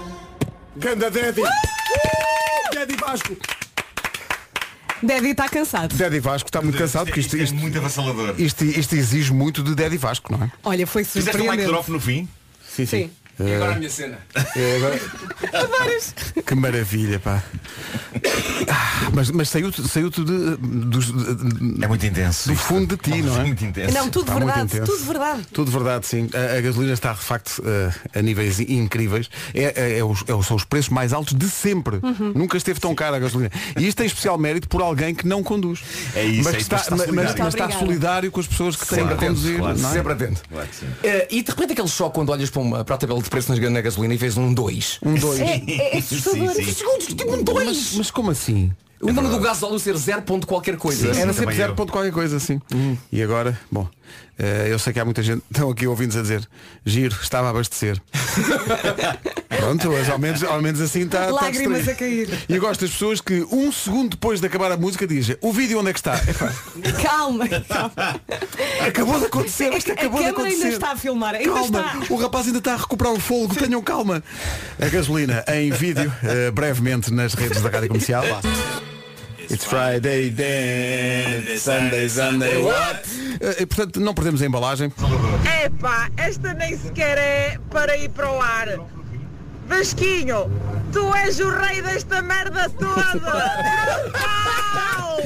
B: Ganda
E: Uh!
B: Daddy! Daddy Vasco!
D: Daddy está tá cansado.
B: Daddy Vasco está muito cansado porque isto,
A: é
B: isto,
A: muito avassalador.
B: isto, isto exige muito de Daddy Vasco, não é?
D: Olha, foi
A: Fizeste um mic
D: surpreendente.
A: drop no fim?
B: Sim,
D: Sim.
E: E agora a minha cena.
B: É, agora-
D: Vários.
B: Que maravilha, pá. Ah, Mas, mas saiu-te saiu de, dos-
A: É muito intenso.
B: do
A: isto.
B: fundo de ti, não é?
A: Muito intenso.
D: Não, tudo
B: Está muito
D: verdade,
B: intenso.
D: tudo verdade.
B: Tudo verdade, sim. A, a gasolina está de facto eh, a níveis incríveis. É, é- é os, é os- são os preços mais altos de sempre.
D: Uhum.
B: Nunca esteve tão cara a gasolina. E isto tem especial mérito por alguém que não conduz.
A: É isso,
B: mas
A: é
B: que
A: isso,
B: está,
A: mas está
B: mas- mas
A: solidário.
B: está
D: Obrigada.
B: solidário com as pessoas que têm que
A: atento,
B: conduzir.
A: claro,
B: não é?
A: sempre
E: atento.
A: Claro que sim.
E: Eh, e de repente aquele choque quando olhas para, uma, para a tabela de preço na, na gasolina e vês um 2.
B: Um dois.
D: É, é assustador.
A: Sim, sim.
E: Segundos, tipo um
B: Mas, mas como assim?
E: O número do gasóleo ser zero ponto qualquer
D: É,
E: coisa. É
A: Sim.
B: Era
A: também
B: sempre zero
A: eu.
B: ponto qualquer coisa, assim. E agora, bom, eh, eu sei que há muita gente estão aqui ouvindo-nos a dizer, giro, estava a abastecer. Pronto, mas ao menos, ao menos assim está. está
D: Lágrimas
B: distraído.
D: a cair.
B: E eu gosto das pessoas que um segundo depois de acabar a música dizem o vídeo onde é que está? Epá,
D: Calma. calma.
B: acabou de acontecer, isto
D: a
B: acabou de
D: câmara
B: acontecer.
D: ainda está a filmar, ainda
B: calma,
D: está.
B: o rapaz ainda está a recuperar o fôlego, tenham calma. A gasolina em vídeo, eh, brevemente nas redes da Rádio Comercial. It's Friday, dance, Sunday, Sunday, what? Eh, portanto, não perdemos a embalagem.
H: Epá, esta nem sequer é para ir para o ar. Vasquinho, tu és o rei desta merda toda! Brutal!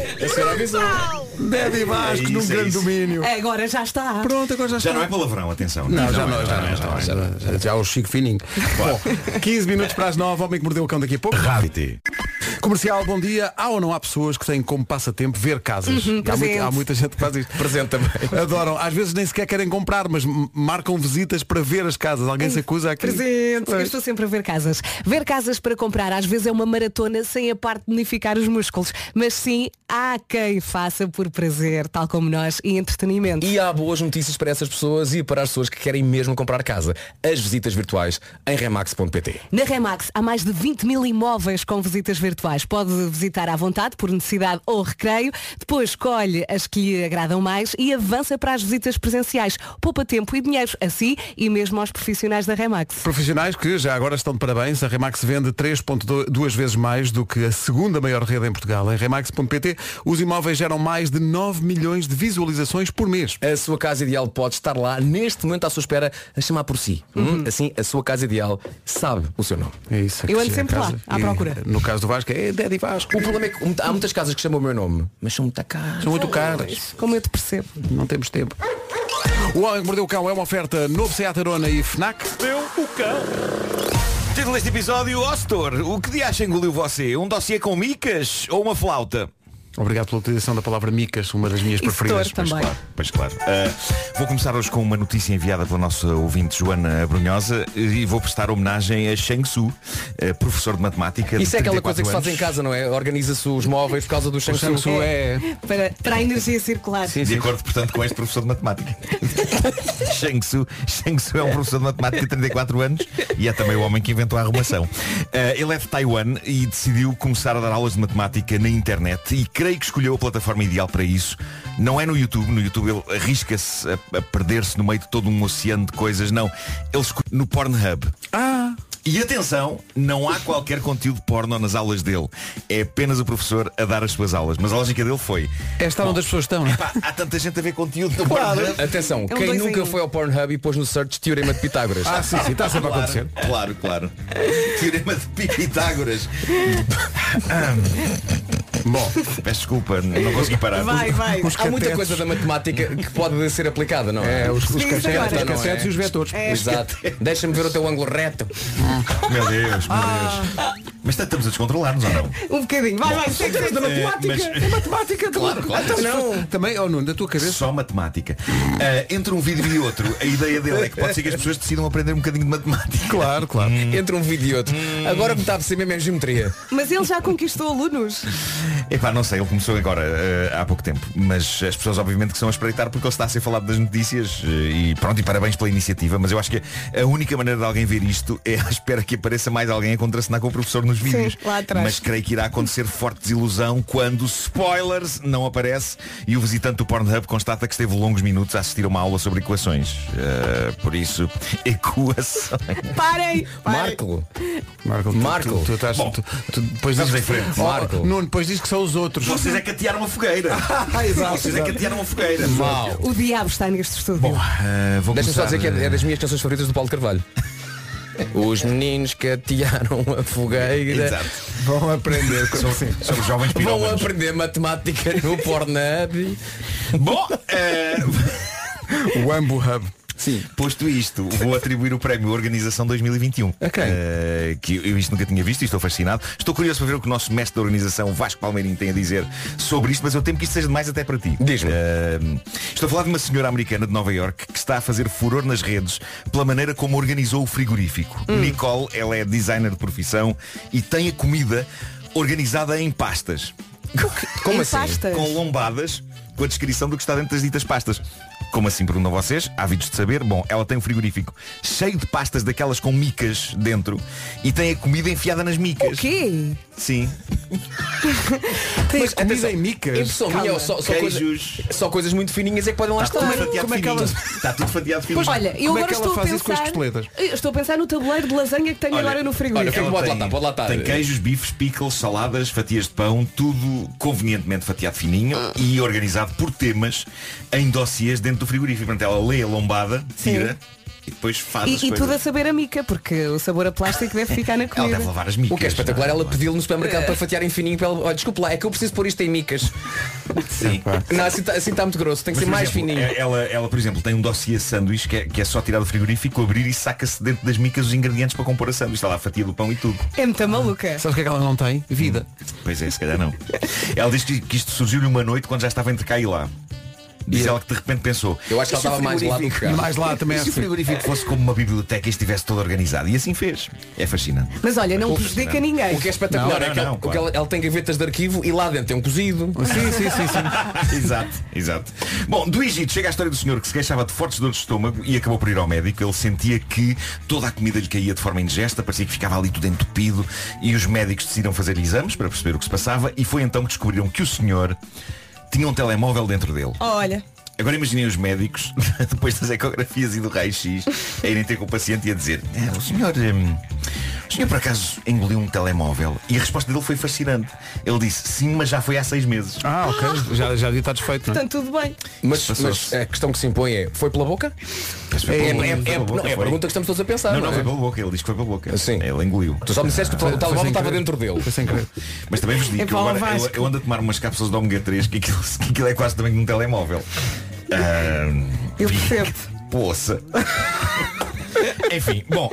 H: Brutal!
B: Daddy
A: É
B: Vasco
A: isso,
B: num
A: é
B: grande
A: isso.
B: domínio.
D: Agora já está.
B: Pronto, agora já está.
A: Já não é palavrão, atenção.
B: Não, já não,
A: é,
B: já não, já não, já não. Já- Já o Chico Fininho. Bom, 15 minutos para as 9, homem que mordeu o cão daqui a pouco.
A: Rápido.
B: Comercial, bom dia. Há ou não há pessoas que têm como passatempo ver casas? há,
D: Uhum, presente.
B: muita, há muita gente que faz isto.
E: Presente também.
B: Adoram. Às vezes nem sequer querem comprar, mas m- marcam visitas para ver as casas. Alguém se acusa aqui.
D: Presente. Eu
B: Pois.
D: estou sempre a ver casas. Ver casas para comprar às vezes é uma maratona sem a parte de danificar os músculos. Mas sim, há quem faça por prazer, tal como nós, e entretenimento.
E: E há boas notícias para essas pessoas e para as pessoas que querem mesmo comprar casa. As visitas virtuais em remax.pt.
D: Na Remax há mais de 20 mil imóveis com visitas virtuais. Pode visitar à vontade, por necessidade ou recreio. Depois escolhe as que lhe agradam mais e avança para as visitas presenciais. Poupa tempo e dinheiro a si e mesmo aos profissionais da Remax.
B: Profissionais que já agora estão de parabéns. A Remax vende 3.2 vezes mais do que a segunda maior rede em Portugal. Em remax.pt, os imóveis geram mais de 9 milhões de visualizações por mês.
E: A sua casa ideal pode estar lá neste momento à sua espera a chamar por si. Hum,
B: Uhum.
E: Assim, a sua casa ideal sabe o seu nome.
B: É isso.
D: Eu ando
B: chega a
D: sempre lá,
B: casa
D: à
B: e,
D: procura.
B: No caso do Vasco, é Daddy Vasco.
E: O problema é que há muitas casas que chamam o meu nome, mas são muito caras.
B: São muito caras.
D: Como eu te percebo.
B: Não temos tempo. O Homem que Mordeu o Cão é uma oferta novo Seat Arona e FNAC.
A: Título deste episódio, Ostor, o que de acha engoliu você? Um dossiê com micas ou uma flauta?
B: Obrigado pela utilização da palavra micas, uma das minhas
D: E
B: preferidas.
D: setor também.
A: Claro, pois claro. Ah, vou começar hoje com uma notícia enviada pela nossa ouvinte Joana Brunhosa e vou prestar homenagem a Shang Su, ah, professor de matemática. de
E: Isso é aquela coisa que se
A: 34
E: faz em
A: anos.
E: casa, não é? Organiza-se os móveis por causa do Shang Tsung.
B: é.
D: Para, para a energia circular.
A: De acordo, portanto, com este professor de matemática. Shang Tzu, Shang Tzu é um professor de matemática de 34 anos e é também o homem que inventou a arrumação. Eh, ele é de Taiwan e decidiu começar a dar aulas de matemática na internet e creio que escolheu a plataforma ideal para isso. Não é no YouTube, no YouTube ele arrisca-se a, a perder-se no meio de todo um oceano de coisas, não. Ele escolheu no Pornhub. E atenção, não há qualquer conteúdo porno nas aulas dele. É apenas o professor a dar as suas aulas. Mas a lógica dele foi,
B: Esta é onde as pessoas estão, não é?
A: Pá, há tanta gente a ver conteúdo no Pornhub.
E: Atenção,
D: É um
E: quem
D: dois em
E: nunca
D: um.
E: foi ao Pornhub e pôs no search Teorema de Pitágoras?
B: Ah, sim, sim, está sempre a acontecer.
A: Claro, claro, claro. Teorema de Pitágoras.
B: Bom,
A: Peço desculpa, não consegui parar.
D: Vai, vai.
B: os
E: Há muita
B: catetos-
E: coisa da matemática que pode ser aplicada, não é?
B: É, os, os
D: Sim, É
B: cachetes,
D: agora.
B: os cassetes e os vetores.
E: Exato. Deixa-me ver o teu ângulo reto.
A: Meu Deus, meu Deus. Mas estamos a descontrolar-nos ou não?
D: Um bocadinho. Vai, vai, segue, segue.
A: Eh, mas-
D: É
B: matemática,
A: Claro, claro.
B: Então, não. Também, ou Nuno, da tua cabeça.
A: Só matemática. Ah, entre um vídeo e outro, a ideia dele é que pode ser que as pessoas decidam aprender um bocadinho de matemática.
B: Claro, claro.
E: Entre um vídeo e outro.
B: Hum.
E: Agora me está a perceber é mesmo geometria.
D: Mas ele já conquistou alunos.
A: Epá, não sei, ele começou agora, eh, há pouco tempo. Mas as pessoas obviamente que são a espreitar porque ele está a ser falado das notícias eh, e pronto, e parabéns pela iniciativa. Mas eu acho que a única maneira de alguém ver isto é à espera que apareça mais alguém a contracenar com o professor nos vídeos.
D: lá atrás.
A: Mas creio que irá acontecer forte desilusão quando, spoilers, não aparece e o visitante do Pornhub constata que esteve longos minutos a assistir a uma aula sobre equações. Eh, por isso, equação.
D: Parem! parem.
E: Marco.
B: Marco, tu-
E: Marco.
B: Tu, tu estás-
A: Bom,
B: tu- tu- depois
A: vamos
B: dizes
A: em frente.
B: Oh,
E: Marco.
B: Nuno, depois diz que são os outros.
A: Vocês é que atearam a fogueira.
E: exato,
A: Vocês é que
E: exato.
A: atearam a fogueira.
E: Mau.
D: O diabo está neste estúdio.
A: Bom, eh, vou
E: Deixa-me só
A: começar,
E: dizer que é,
A: eh,
E: é das minhas canções favoritas do Paulo Carvalho. Os meninos que atearam a fogueira
A: Exato.
B: Vão aprender.
A: Somos jovens
E: vão
A: pirómanos.
E: aprender matemática no Pornhub.
A: Bom, eh,
B: o Ambo Hub.
E: Sim.
A: posto isto, vou atribuir o prémio Organização 2021.
E: A quem?
A: Eh, que eu isto nunca tinha visto e estou fascinado. Estou curioso para ver o que o nosso mestre da organização, Vasco Palmeirinho, tem a dizer sobre isto, mas eu temo que isto seja demais até para ti.
E: Diz-me.
A: Eh, estou a falar de uma senhora americana de Nova York que está a fazer furor nas redes pela maneira como organizou o frigorífico. Nicole, ela é designer de profissão e tem a comida organizada em pastas.
E: Como
D: Em
E: assim?
D: pastas.
A: com lombadas com a descrição do que está dentro das ditas pastas. Como assim perguntam vocês? Ávidos de saber? Bom, ela tem um frigorífico cheio de pastas daquelas com micas dentro e tem a comida enfiada nas micas.
D: O quê?
A: Sim.
E: Mas atenção,
B: em micas?
E: Impressão minha,
D: Calma.
E: só, só, coisa-
A: Queijos. Tá
E: só coisas muito fininhas é que podem lá
A: Está
E: estar.
A: tudo fatiado
E: Como é que
A: fininho.
E: elas-
A: Está tudo fatiado fininho.
D: Pois olha, eu
B: como é
D: agora
B: que ela
D: estou a
B: faz isso com as
D: pensar.
B: costeletas?
D: Eu estou a pensar no tabuleiro de lasanha que tenho
A: Olha, é
D: agora no
E: olha,
D: frigorífico.
E: fica-
A: Ela
E: pode lá
A: tem-
E: estar, pode lá estar.
A: Tem queijos, bifes, pickles, saladas, fatias de pão, tudo convenientemente fatiado fininho e organizado por temas em dossiês dentro do frigorífico. Portanto, ela lê a lombada, tira e depois faz as
D: E, e
A: coisas.
D: tudo a saber a mica, porque o sabor a plástico deve ficar na
A: Ela
D: comida.
A: deve lavar as micas.
E: O que é espetacular,
A: não
E: ela pediu-lhe no supermercado para fatiar em fininho para ela... Olha, desculpe lá, é que eu preciso pôr isto em micas.
A: Sim.
E: Não, assim está muito grosso, tem que
A: Tá. Mas,
E: ser
A: por
E: mais
A: exemplo,
E: fininho.
A: é- Ela, ela, por exemplo, tem um dossiê sanduíche que é, que é só tirar do frigorífico, abrir e saca-se dentro das micas os ingredientes para compor a sanduíche. Está lá a fatia do pão e tudo.
D: É muito maluca.
B: Sabes o que é que ela não tem? Vida.
A: Pois é, se calhar não. Ela diz que, que isto surgiu-lhe uma noite quando já estava entre cá e lá. Diz
E: E-
A: ela que de repente pensou.
E: Eu acho que ela
A: "E se o
E: estava mais lá do que
A: frigorífico-
E: cá."
B: Mas lá também é
A: E se o
B: assim.
A: frigorífico fosse como uma biblioteca e estivesse todo organizado. E assim fez. É fascinante.
D: Mas olha, não prejudica ninguém.
E: O que é espetacular
A: Não, não,
E: é que, ela,
A: não,
E: o
A: claro.
E: que ela, ela tem gavetas de arquivo e lá dentro tem um cozido.
B: Sim, sim, sim, sim.
A: exato, exato. Bom, do Egito chega a história do senhor que se queixava de fortes dores de estômago e acabou por ir ao médico. Ele sentia que toda a comida lhe caía de forma indigesta, parecia que ficava ali tudo entupido e os médicos decidiram fazer exames para perceber o que se passava e foi então que descobriram que o senhor tinha um telemóvel dentro dele.
D: Olha,
A: Agora imaginem os médicos, depois das ecografias e do raio-x, a irem ter com o paciente e a dizer, "É, o senhor. hum, o senhor por acaso engoliu um telemóvel? E a resposta dele foi fascinante. Ele disse, sim, mas já foi há seis meses.
B: Ah, ok. Já, já devia estar desfeito. não é?
D: portanto tudo bem.
E: Mas,
A: Passou-se.
E: mas a questão que se impõe é, foi pela boca? É, é,
A: pela-
E: é-
A: pela
E: é-
A: boca,
E: não, é a
A: foi.
E: pergunta que estamos todos a pensar.
A: Não, não, Assim.
E: não é?
A: foi pela boca, ele diz que foi pela boca.
E: Sim.
A: Ele engoliu.
E: Tu só me disseste que o telemóvel
B: sem
E: estava
B: querer.
E: dentro dele.
B: Foi sem querer.
A: Mas também vos digo
D: É
A: que eu,
D: para o
A: agora, eu,
D: Vasco.
A: eu ando a tomar umas cápsulas de ômega 3 que aquilo, que aquilo é quase também um telemóvel. Ah,
D: Eu
A: vi-
D: percebo.
A: Poça. Enfim, bom.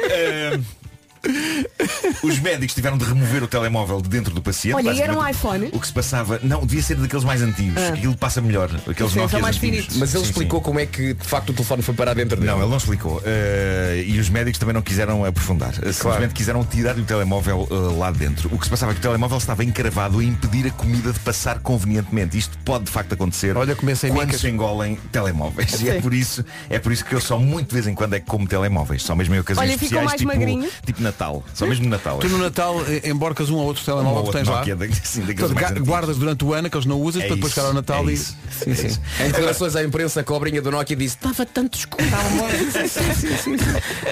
A: ah, os médicos tiveram de remover o telemóvel de dentro do paciente.
D: Olha, e era um
A: basicamente,
D: iPhone? Ah.
A: O que se passava. Não, devia ser daqueles mais antigos. que Aquilo passa melhor. Aqueles
D: Sim, são
A: Nokias
D: mais
A: antigos.
D: finitos.
E: Mas ele
A: Sim, sim.
E: explicou como é que de facto o telefone foi parar dentro dele.
A: Não, ele não explicou. Eh, e os médicos também não quiseram aprofundar. Eh, Simplesmente quiseram tirar-lhe o telemóvel eh, lá dentro. O que se passava é que o telemóvel estava encravado a impedir a comida de passar convenientemente. Isto pode de facto acontecer
B: Olha, comecei
A: quando
B: micas.
A: se engolem telemóveis. E é por, isso, é por isso que eu só muito de vez em quando é que como telemóveis. Só mesmo em ocasiões
D: Olha, ficou
A: especiais,
D: mais magrinho?
A: tipo, tipo Natal. Só mesmo no Natal. é.
B: Tu no Natal eh, emborcas um ou outro telemóvel que tens lá.
A: Nokia, da- sim, daqueles
B: Portanto,
A: mais
B: ga-
A: antigos.
B: guardas durante o ano que eles não usas
A: É
B: para depois
A: isso,
B: chegar ao Natal
A: é
B: e.
A: isso,
B: Sim,
A: é
B: sim.
A: isso.
E: Em declarações à imprensa, a cobrinha do Nokia disse Estava tanto escuro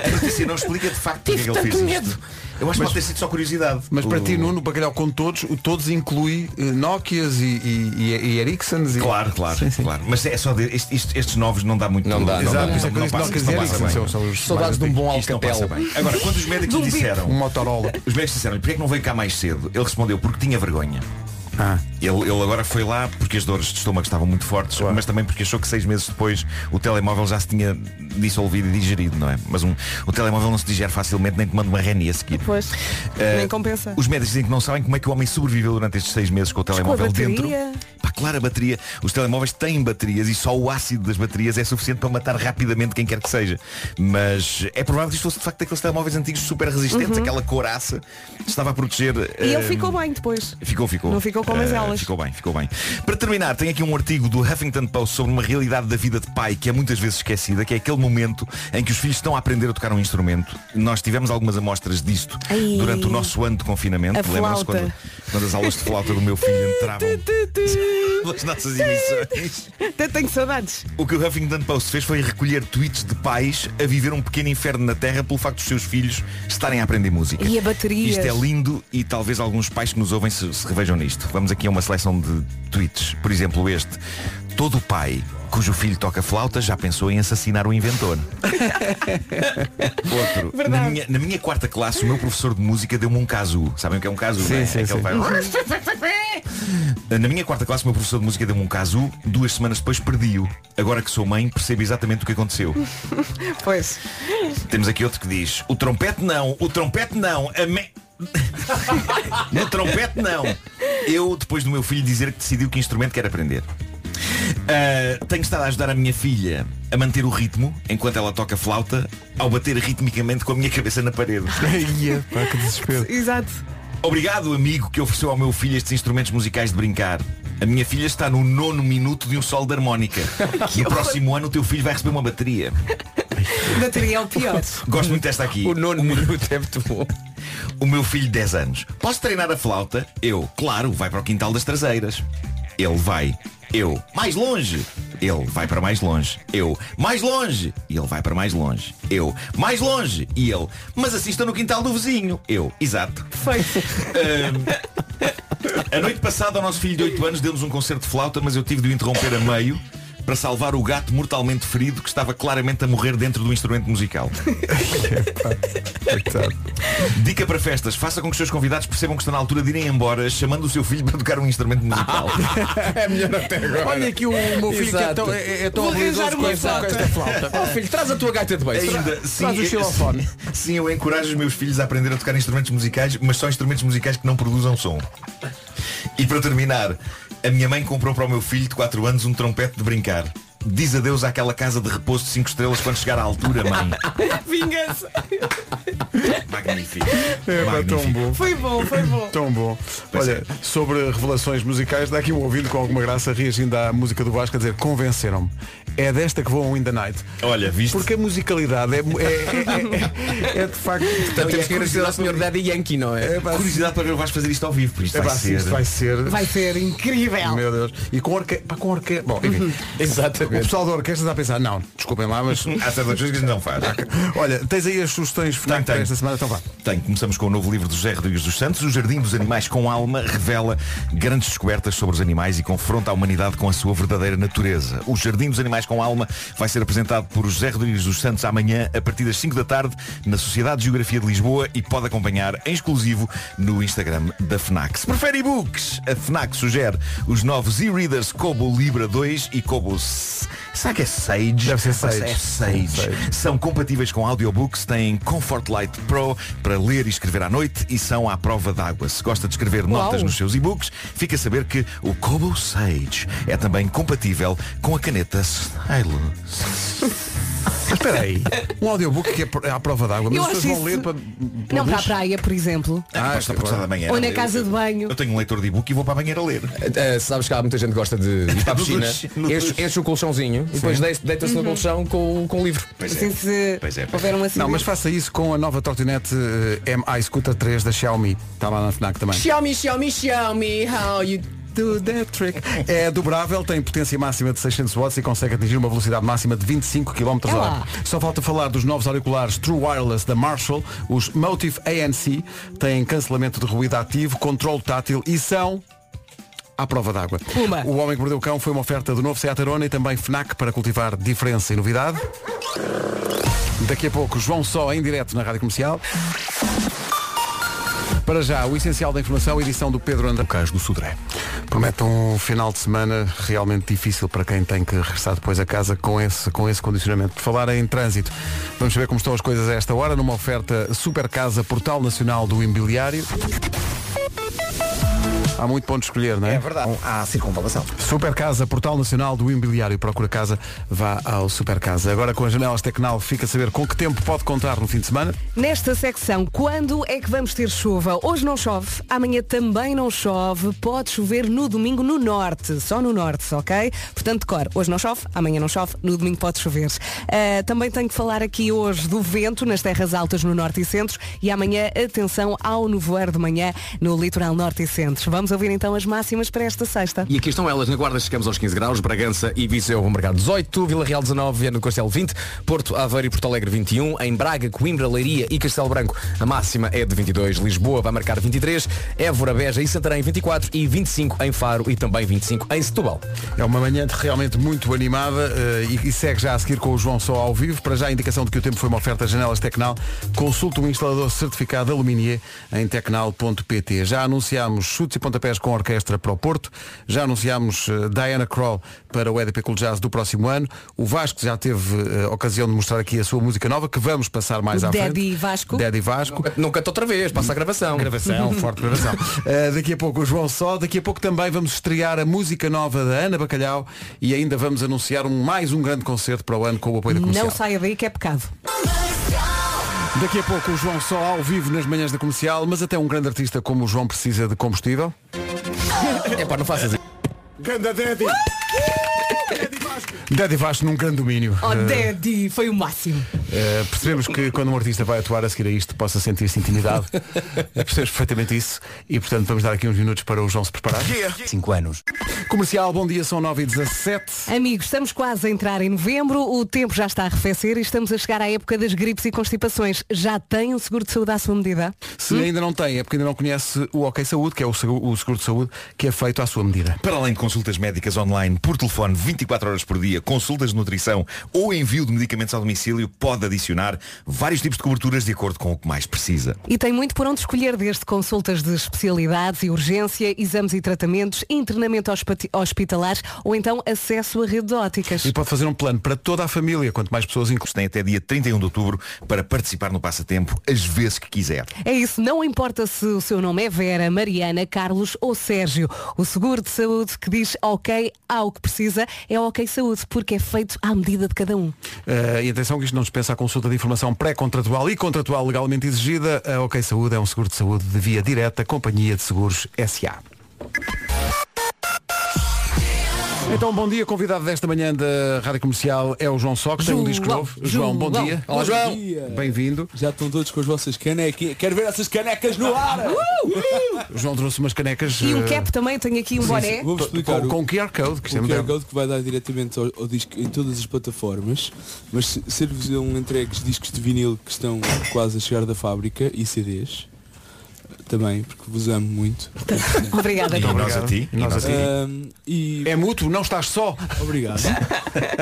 A: A notícia não explica de facto porque é que ele fez isto. Eu acho que pode ter sido só curiosidade.
B: Mas para
A: O-
B: ti, Nuno, o bacalhau com todos, o todos inclui eh, Nokias e, e, e- e Ericssons e.
A: Claro, claro, claro. Mas é só de, isto- isto- estes novos não dá muito
E: Não dá, não
A: Isto
E: dá.
B: Exato, por isso é que eu disse
A: passa-
B: Nokias
A: isto
B: e
A: não passa bem.
B: Ericssons. são- são os mais
E: Saudades de um bom
A: Isto não passa
E: alcatel
A: bem. Agora, quando os médicos lhe
B: antigos. Um
A: disseram,
B: Motorola.
A: os médicos disseram, porquê é que não veio cá mais cedo? Ele respondeu, porque tinha vergonha. Ele, ele agora foi lá porque as dores de estômago estavam muito fortes, mas também porque achou que seis meses depois o telemóvel já se tinha dissolvido e digerido, não é? Mas um- o telemóvel não se digere facilmente, nem tomando uma renia a seguir.
D: Pois,
A: Eh,
D: nem compensa.
A: Os médicos dizem que não sabem como é que o homem sobreviveu durante estes seis meses com o telemóvel dentro.
D: bateria.
A: Pá, claro, a bateria. Os telemóveis têm baterias e só o ácido das baterias é suficiente para matar rapidamente quem quer que seja. Mas é provável que isto fosse de facto aqueles telemóveis antigos super resistentes, aquela coraça estava a proteger.
D: Uhum. E ele ficou bem depois.
A: Ficou, ficou.
D: Não ficou com
A: Eh,
D: mazelas.
A: Ficou bem, ficou bem. Para terminar, tem aqui um artigo do Huffington Post sobre uma realidade da vida de pai que é muitas vezes esquecida, que é aquele momento em que os filhos estão a aprender a tocar um instrumento. Nós tivemos algumas amostras disto
D: Ai.
A: durante o nosso ano de confinamento.
D: A
A: Lembram-se
D: flauta.
A: quando, quando as aulas de flauta do meu filho entravam pelas nossas emissões?
D: Até tenho saudades.
A: O que o Huffington Post fez foi recolher tweets de pais a viver um pequeno inferno na Terra pelo facto dos seus filhos estarem a aprender música.
D: E a baterias.
A: Isto é lindo e talvez alguns pais que nos ouvem se, se revejam nisto. Vamos aqui a uma seleção de tweets. Por exemplo, este. Todo pai cujo filho toca flauta já pensou em assassinar o inventor. Outro. Na minha, na minha quarta classe, o meu professor de música deu-me um casu. Sabem o que é um casu?
B: Sim,
A: não é?
B: sim,
A: É que ele
B: sim.
A: vai- na minha quarta classe, o meu professor de música deu-me um casu, duas semanas depois perdi-o. Agora que sou mãe, percebo exatamente o que aconteceu.
D: Pois.
A: Temos aqui outro que diz, o trompete não, o trompete não, a me... o trompete não. Eu, depois do meu filho dizer que decidiu que instrumento quer aprender. Ah, tenho estado a ajudar a minha filha a manter o ritmo enquanto ela toca flauta ao bater ritmicamente com a minha cabeça na parede.
B: Ia, pá, que desespero.
D: Exato.
A: Obrigado, amigo, que ofereceu ao meu filho estes instrumentos musicais de brincar. A minha filha está no nono minuto de um solo de harmónica. No próximo ano o teu filho vai receber uma bateria.
D: Bateria é o pior.
A: Gosto muito desta aqui.
E: O nono minuto é muito bom.
A: O meu filho de 10 anos. Posso treinar a flauta? Eu, claro, vai para o quintal das traseiras. Ele vai. Eu, mais longe. Ele vai para mais longe. Eu, mais longe. E ele vai para mais longe. Eu, mais longe. E ele, mas assista no quintal do vizinho. Eu, exato. A noite passada o nosso filho de 8 anos deu-nos um concerto de flauta, mas eu tive de o interromper a meio para salvar o gato mortalmente ferido que estava claramente a morrer dentro do instrumento musical. Dica para festas, faça com que os seus convidados percebam que estão na altura de irem embora chamando o seu filho para tocar um instrumento musical.
B: Olha aqui o meu filho que é tão, é, é tão habilidoso com esta, com esta flauta. É
E: Oh filho, traz a tua gaita de beijo.
A: É Ainda, sim,
B: Traz o
A: eu-
B: xilofone.
A: sim, eu encorajo os meus filhos a aprender a tocar instrumentos musicais, mas só instrumentos musicais que não produzam som. E para terminar, a minha mãe comprou para o meu filho de 4 anos um trompete de brincar. Diz adeus àquela casa de repouso de 5 estrelas quando chegar à altura, mãe.
D: Vingança.
A: Magnífico.
B: É, pá, tão bom.
D: Foi bom, foi bom.
B: Tão bom. Olha, sobre revelações musicais, dá aqui um ouvido com alguma graça reagindo à música do Vasco a dizer convenceram-me. É desta que vou in the night.
A: Olha, viste?
B: Porque a musicalidade é, é- é- é- é de facto.
E: Portanto, temos que agradecer ao senhor Daddy Yankee, não é?
B: É pá,
A: Curiosidade para ver, vais fazer isto ao vivo, por isto
B: é pá,
A: vai
B: assim,
A: ser.
B: isto vai ser.
D: Vai ser Uhum. incrível.
B: Meu Deus. E com orquestra. Pá, com orquestra. Bom, enfim. O
E: Exatamente.
B: pessoal da orquestra está a pensar, não, desculpem lá, mas.
A: Há certas coisas que a gente não faz.
B: Olha, tens aí as sugestões FNAC para
A: tenho.
B: esta semana, então vá.
A: Tem, começamos com o novo livro do José Rodrigues dos Santos, O Jardim dos Animais com Alma, revela grandes descobertas sobre os animais e confronta a humanidade com a sua verdadeira natureza. O Jardim dos Animais com Alma vai ser apresentado por José Rodrigues dos Santos amanhã, a partir das 5 da tarde, na Sociedade de Geografia de Lisboa e pode acompanhar em exclusivo no Instagram da FNAC. Se prefere e-books, a FNAC sugere os novos e-readers Kobo Libra 2 e Kobo... S- Será que é Sage?
B: Deve ser Sage.
A: É Sage. São compatíveis com audiobooks, têm Comfort Light Pro para ler e escrever à noite e são à prova d'água. Se gosta de escrever notas nos seus e-books, fica a saber que o Kobo Sage é também compatível com a caneta Stylus.
B: Espera aí. Um audiobook que é pro- é à prova d'água, mas
D: Eu
B: as
D: acho
B: pessoas vão
D: isso-
B: ler para.
D: Não para a
B: luz?
D: praia, por exemplo.
A: Ah, está para gostar da manhã.
D: Ou na casa de banho.
A: Eu tenho um leitor de e-book e vou para a banheira ler.
E: Ah, sabes que há muita gente que gosta de ir para a piscina,
A: No duche.
E: enche, enche o colchãozinho e depois deita- deita-se
B: Uhum.
E: no colchão com, com o livro.
A: Pois
D: Assim se
A: Pois é, pois
D: houver um acidente.
B: Não, mas faça isso com a nova trotinete eh, MI Scooter 3 da Xiaomi. Está lá na FNAC também.
E: Xiaomi, Xiaomi, Xiaomi, how you...
B: Do that trick. É dobrável, tem potência máxima de 600 watts e consegue atingir uma velocidade máxima de 25 km
D: É
B: h
D: lá.
B: Só falta falar dos novos auriculares True Wireless da Marshall, os Motive ANC, têm cancelamento de ruído ativo, controle tátil e são à prova d'água.
D: Puma.
B: O Homem que Mordeu o Cão foi uma oferta do novo Seat Arona e também FNAC para cultivar diferença e novidade. Daqui a pouco, João Só em direto na Rádio Comercial. Para já, o essencial da informação, edição do Pedro André. Cais do Sudré. Promete um final de semana realmente difícil para quem tem que regressar depois a casa com esse, com esse condicionamento. Por falar em trânsito, vamos saber como estão as coisas a esta hora, numa oferta Super Casa Portal Nacional do Imobiliário. Há muito ponto de escolher, não é?
C: É verdade. Há circunvalação.
B: Super Casa, Portal Nacional do Imobiliário. Procura casa, vá ao Super Casa. Agora com as janelas Tecnal fica a saber com que tempo pode contar no fim de semana.
D: Nesta secção, quando é que vamos ter chuva? Hoje não chove, amanhã também não chove, pode chover no domingo no norte, só no norte, ok? Portanto, decor, hoje não chove, amanhã não chove, no domingo pode chover. Ah, também tenho que falar aqui hoje do vento nas terras altas no norte e centro e amanhã, atenção ao nevoeiro de manhã no litoral norte e centro. Vamos ouvir então as máximas para esta sexta.
E: E aqui estão elas, na Guarda chegamos aos 15 graus, Bragança e Viseu vão marcar 18, Vila Real 19, Viana do Castelo 20, Porto, Aveiro e Porto Alegre 21, em Braga, Coimbra, Leiria e Castelo Branco a máxima é de 22, Lisboa vai marcar 23, Évora, Beja e Santarém 24 e 25 em Faro e também 25 em Setúbal.
B: É uma manhã de- realmente muito animada eh, e, e segue já a seguir com o João Só ao vivo. Para já a indicação de que o tempo foi uma oferta janelas Tecnal. Consulte um instalador certificado Aluminier em tecnal.pt. Já anunciámos chutes e pontapés com orquestra para o Porto. Já anunciámos eh, Diana Kroll para o EDP Cool Jazz do próximo ano. O Vasco já teve eh, ocasião de mostrar aqui a sua música nova que vamos passar mais à frente.
D: Daddy Vasco.
B: Daddy É Vasco.
E: Não canta outra vez, passa a gravação.
B: Gravação, forte gravação. Uh, daqui a pouco o João Só, daqui a pouco também vamos estrear a música nova da Ana Bacalhau e ainda vamos anunciar um, mais um grande concerto para o ano com o apoio da comercial.
D: Não saia daí que é pecado.
B: Daqui a pouco o João Só ao vivo nas manhãs da comercial, mas até um grande artista como o João precisa de combustível.
E: É pá, não faças isso.
B: Ganda Daddy! Daddy Vasco num grande domínio.
D: Oh,
B: Uh,
D: Daddy, foi o máximo.
B: Uh, percebemos que quando um artista vai atuar a seguir a isto possa sentir-se intimidado. Eh, percebemos perfeitamente isso e portanto vamos dar aqui uns minutos para o João se preparar.
E: 5 anos.
B: Comercial, bom dia, são 9 e 17
D: Amigos, estamos quase a entrar em novembro, o tempo já está a arrefecer e estamos a chegar à época das gripes e constipações. Já tem um seguro de saúde à sua medida?
B: Se ainda não tem, é porque ainda não conhece o OK Saúde, que é o seguro, o seguro de saúde que é feito à sua medida.
A: Para além de consultas médicas online por telefone 24 horas por dia, consultas de nutrição ou envio de medicamentos ao domicílio, pode adicionar vários tipos de coberturas de acordo com o que mais precisa.
D: E tem muito por onde escolher, desde consultas de especialidades e urgência, exames e tratamentos, internamento hospati- hospitalar ou então acesso a rede de óticas.
B: E pode fazer um plano para toda a família, quanto mais pessoas incluem.
A: Tem até dia 31 de outubro para participar no passatempo as vezes que quiser.
D: É isso, não importa se o seu nome é Vera, Mariana, Carlos ou Sérgio. O seguro de saúde que diz ok ao que precisa é ok saúde, porque é feito à medida de cada um.
B: Eh, e atenção que isto não dispensa a consulta de informação pré-contratual e contratual legalmente exigida. A OK Saúde é um seguro de saúde de via direta, Companhia de Seguros SA. Então, bom dia. Convidado desta manhã da Rádio Comercial é o João Só, que tem um
D: João,
B: disco novo. João, bom
D: João.
B: dia.
E: Olá, João.
B: Bem-vindo.
I: Já estão todos com as vossas canecas. Quero ver essas canecas no ar!
B: O João trouxe umas canecas
D: E um
B: eh,
D: cap também, tenho aqui um boné.
I: Vou-vos explicar
B: com,
I: o,
B: com QR Code, que isto é
I: o QR
B: moderno.
I: Code que vai dar diretamente ao, ao disco em todas as plataformas, mas se- ser-vos-ão entregues discos de vinil que estão quase a chegar da fábrica e CDs também, porque vos amo muito.
D: Obrigada.
A: E nós a ti.
B: E nós a ti.
I: Ahm, e
B: É mútuo, não estás só.
I: obrigado.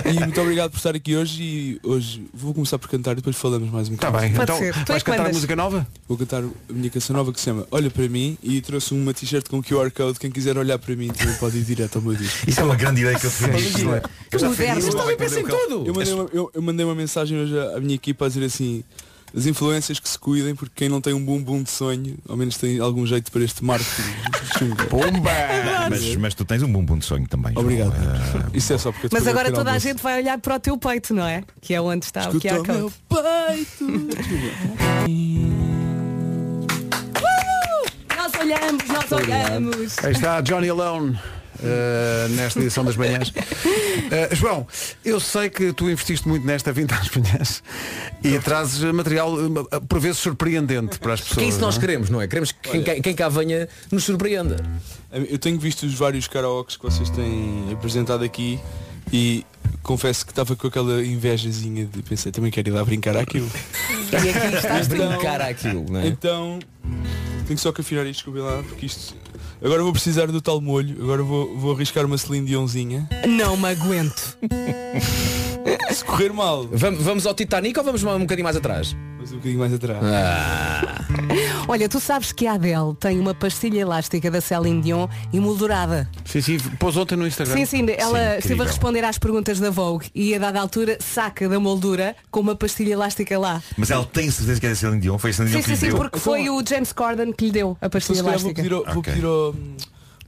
I: e muito obrigado por estar aqui hoje e hoje vou começar por cantar e depois falamos mais um
B: Está
I: bocado.
B: bem,
D: Pode
B: então
D: ser. Tu
B: vais
D: és que
B: cantar
D: mandas.
B: música nova?
I: Vou cantar a minha canção nova que se chama Olha para mim e trouxe uma t-shirt com QR Code. Quem quiser olhar para mim também pode ir direto ao meu disco.
A: Isso é uma grande ideia que eu defendi.
B: Sim.
A: Eu já defendi
D: moderno.
A: isso.
D: Mas também
E: pensa em
I: Eu mandei, uma, eu- eu mandei uma mensagem hoje à à minha equipa a dizer assim as influências que se cuidem porque quem não tem um bumbum de sonho ao menos tem algum jeito para este marketing chungo.
B: Pumba!
A: Mas, mas tu tens um bumbum de sonho também. João.
I: Obrigado.
A: Ah,
I: Isso é só porque eu te
D: Mas
I: paguei
D: agora
I: o pequeno
D: toda a
I: almoço.
D: gente vai olhar para o teu peito, não é? Que é onde está o
I: Escuta
D: QR
I: o meu
D: Code. Nós olhamos, nós olhamos.
B: Aí está Johnny Alone. eh, nesta edição das manhãs Eh, João, eu sei que tu investiste muito nesta vinda às manhãs e trazes eh, material eh, por vezes surpreendente para as pessoas
E: Que é isso que nós
B: não é?
E: queremos, não é? Queremos que quem, quem- quem cá venha nos surpreenda.
I: Eu tenho visto os vários karaokes que vocês têm apresentado aqui e confesso que estava com aquela invejazinha de pensei também quero ir lá brincar àquilo
E: E aqui estás a brincar àquilo, não é?
I: Então, tenho só que afinar isto, desculpem lá, porque isto... Agora vou precisar do tal molho, agora vou, vou arriscar uma Celine Dionzinha.
D: Não me aguento.
I: Se correr mal,
E: Vamos, vamos ao Titanic ou vamos um bocadinho mais atrás?
I: mas um bocadinho mais atrás.
D: Olha, tu sabes que a Adele tem uma pastilha elástica da Celine Dion emoldurada.
B: Sim, sim, pôs ontem no Instagram.
D: Sim, sim, ela esteve a responder às perguntas da Vogue e a dada altura saca da moldura com uma pastilha elástica lá.
A: Mas ela tem certeza que é da Celine Dion, foi a Celine Dion
D: Sim,
A: que lhe
D: sim, sim,
A: deu.
D: porque foi o James Corden que lhe deu a
I: Então,
D: pastilha
I: se calhar vou
D: elástica.
I: pedir, ao, vou
A: Ok.
I: pedir ao,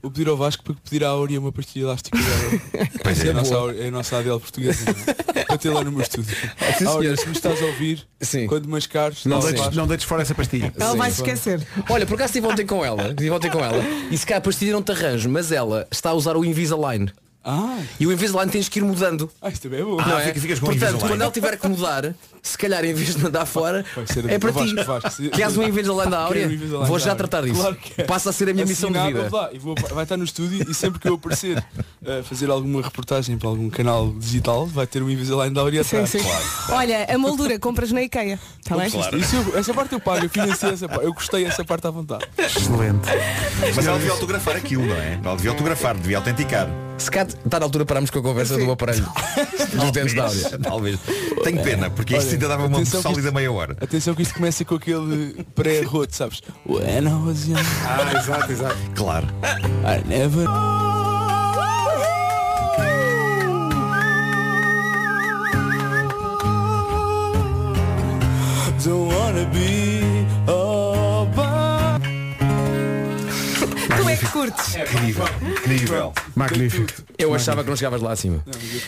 I: vou pedir ao Vasco para que pedir à Áurea uma pastilha elástica dela.
A: Pois é.
I: a nossa, Áurea- é a nossa Adele portuguesa. não é? Para ter lá no meu estúdio.
E: Ah, sim,
I: Áurea,
E: senhor.
I: se me estás a ouvir,
E: Sim.
I: quando mascares,
B: Não
I: lá o
B: deixes,
I: Vasco.
B: não deixes fora essa pastilha.
D: Ela
E: Sim.
D: vai se esquecer.
E: Olha, por acaso estive ontem com ela. Estive ontem com ela. E se cá a pastilha não te arranjo, mas ela está a usar o Invisalign.
I: Ah,
E: E o Invisalign tens que ir mudando.
I: ah, isto também é bom.
A: Ah,
E: não é?
A: fica- ficas com o
E: Portanto,
A: Invisalign.
E: quando ela tiver que mudar, se calhar em vez de mandar fora,
I: Vai ser
E: é
I: o
E: para ti.
I: Vasco, Vasco, se-
E: Queres um Invisalign da
I: Quero
E: Áurea?
I: um Invisalign
E: Vou
I: da
E: já
I: Áurea.
E: tratar disso.
I: Claro que é.
E: Passa a ser a minha missão de
I: Assinado,
E: vida.
I: vou lá, e vou- vai estar no estúdio e sempre que eu aparecer a fazer alguma reportagem para algum canal digital, vai ter um Invisalign da Áurea
D: Sim,
I: atrás.
D: sim. Olha, a moldura compras na IKEA. Está bem?
I: Isso eu- essa parte eu pago, eu financiei essa parte, eu gostei essa parte à vontade.
B: Excelente.
A: Mas ela devia autografar aquilo, não é? Ela devia autografar, devia autenticar.
E: Se cá está na altura paramos com a conversa do aparelho dos dentes da Áurea.
A: Talvez. Tenho pena, porque isto
I: Olha,
A: ainda dava uma
I: atenção que
A: sólida
I: isto-
A: meia hora.
I: Atenção que isto começa com aquele pré-roto, sabes? When I was young,
B: Ah, exato, exato.
A: Claro.
I: I never... Don't wanna be all by...
D: Tu é que curtes.
A: Incrível. Incrível.
B: Magnífico.
E: Eu achava que não chegavas lá acima.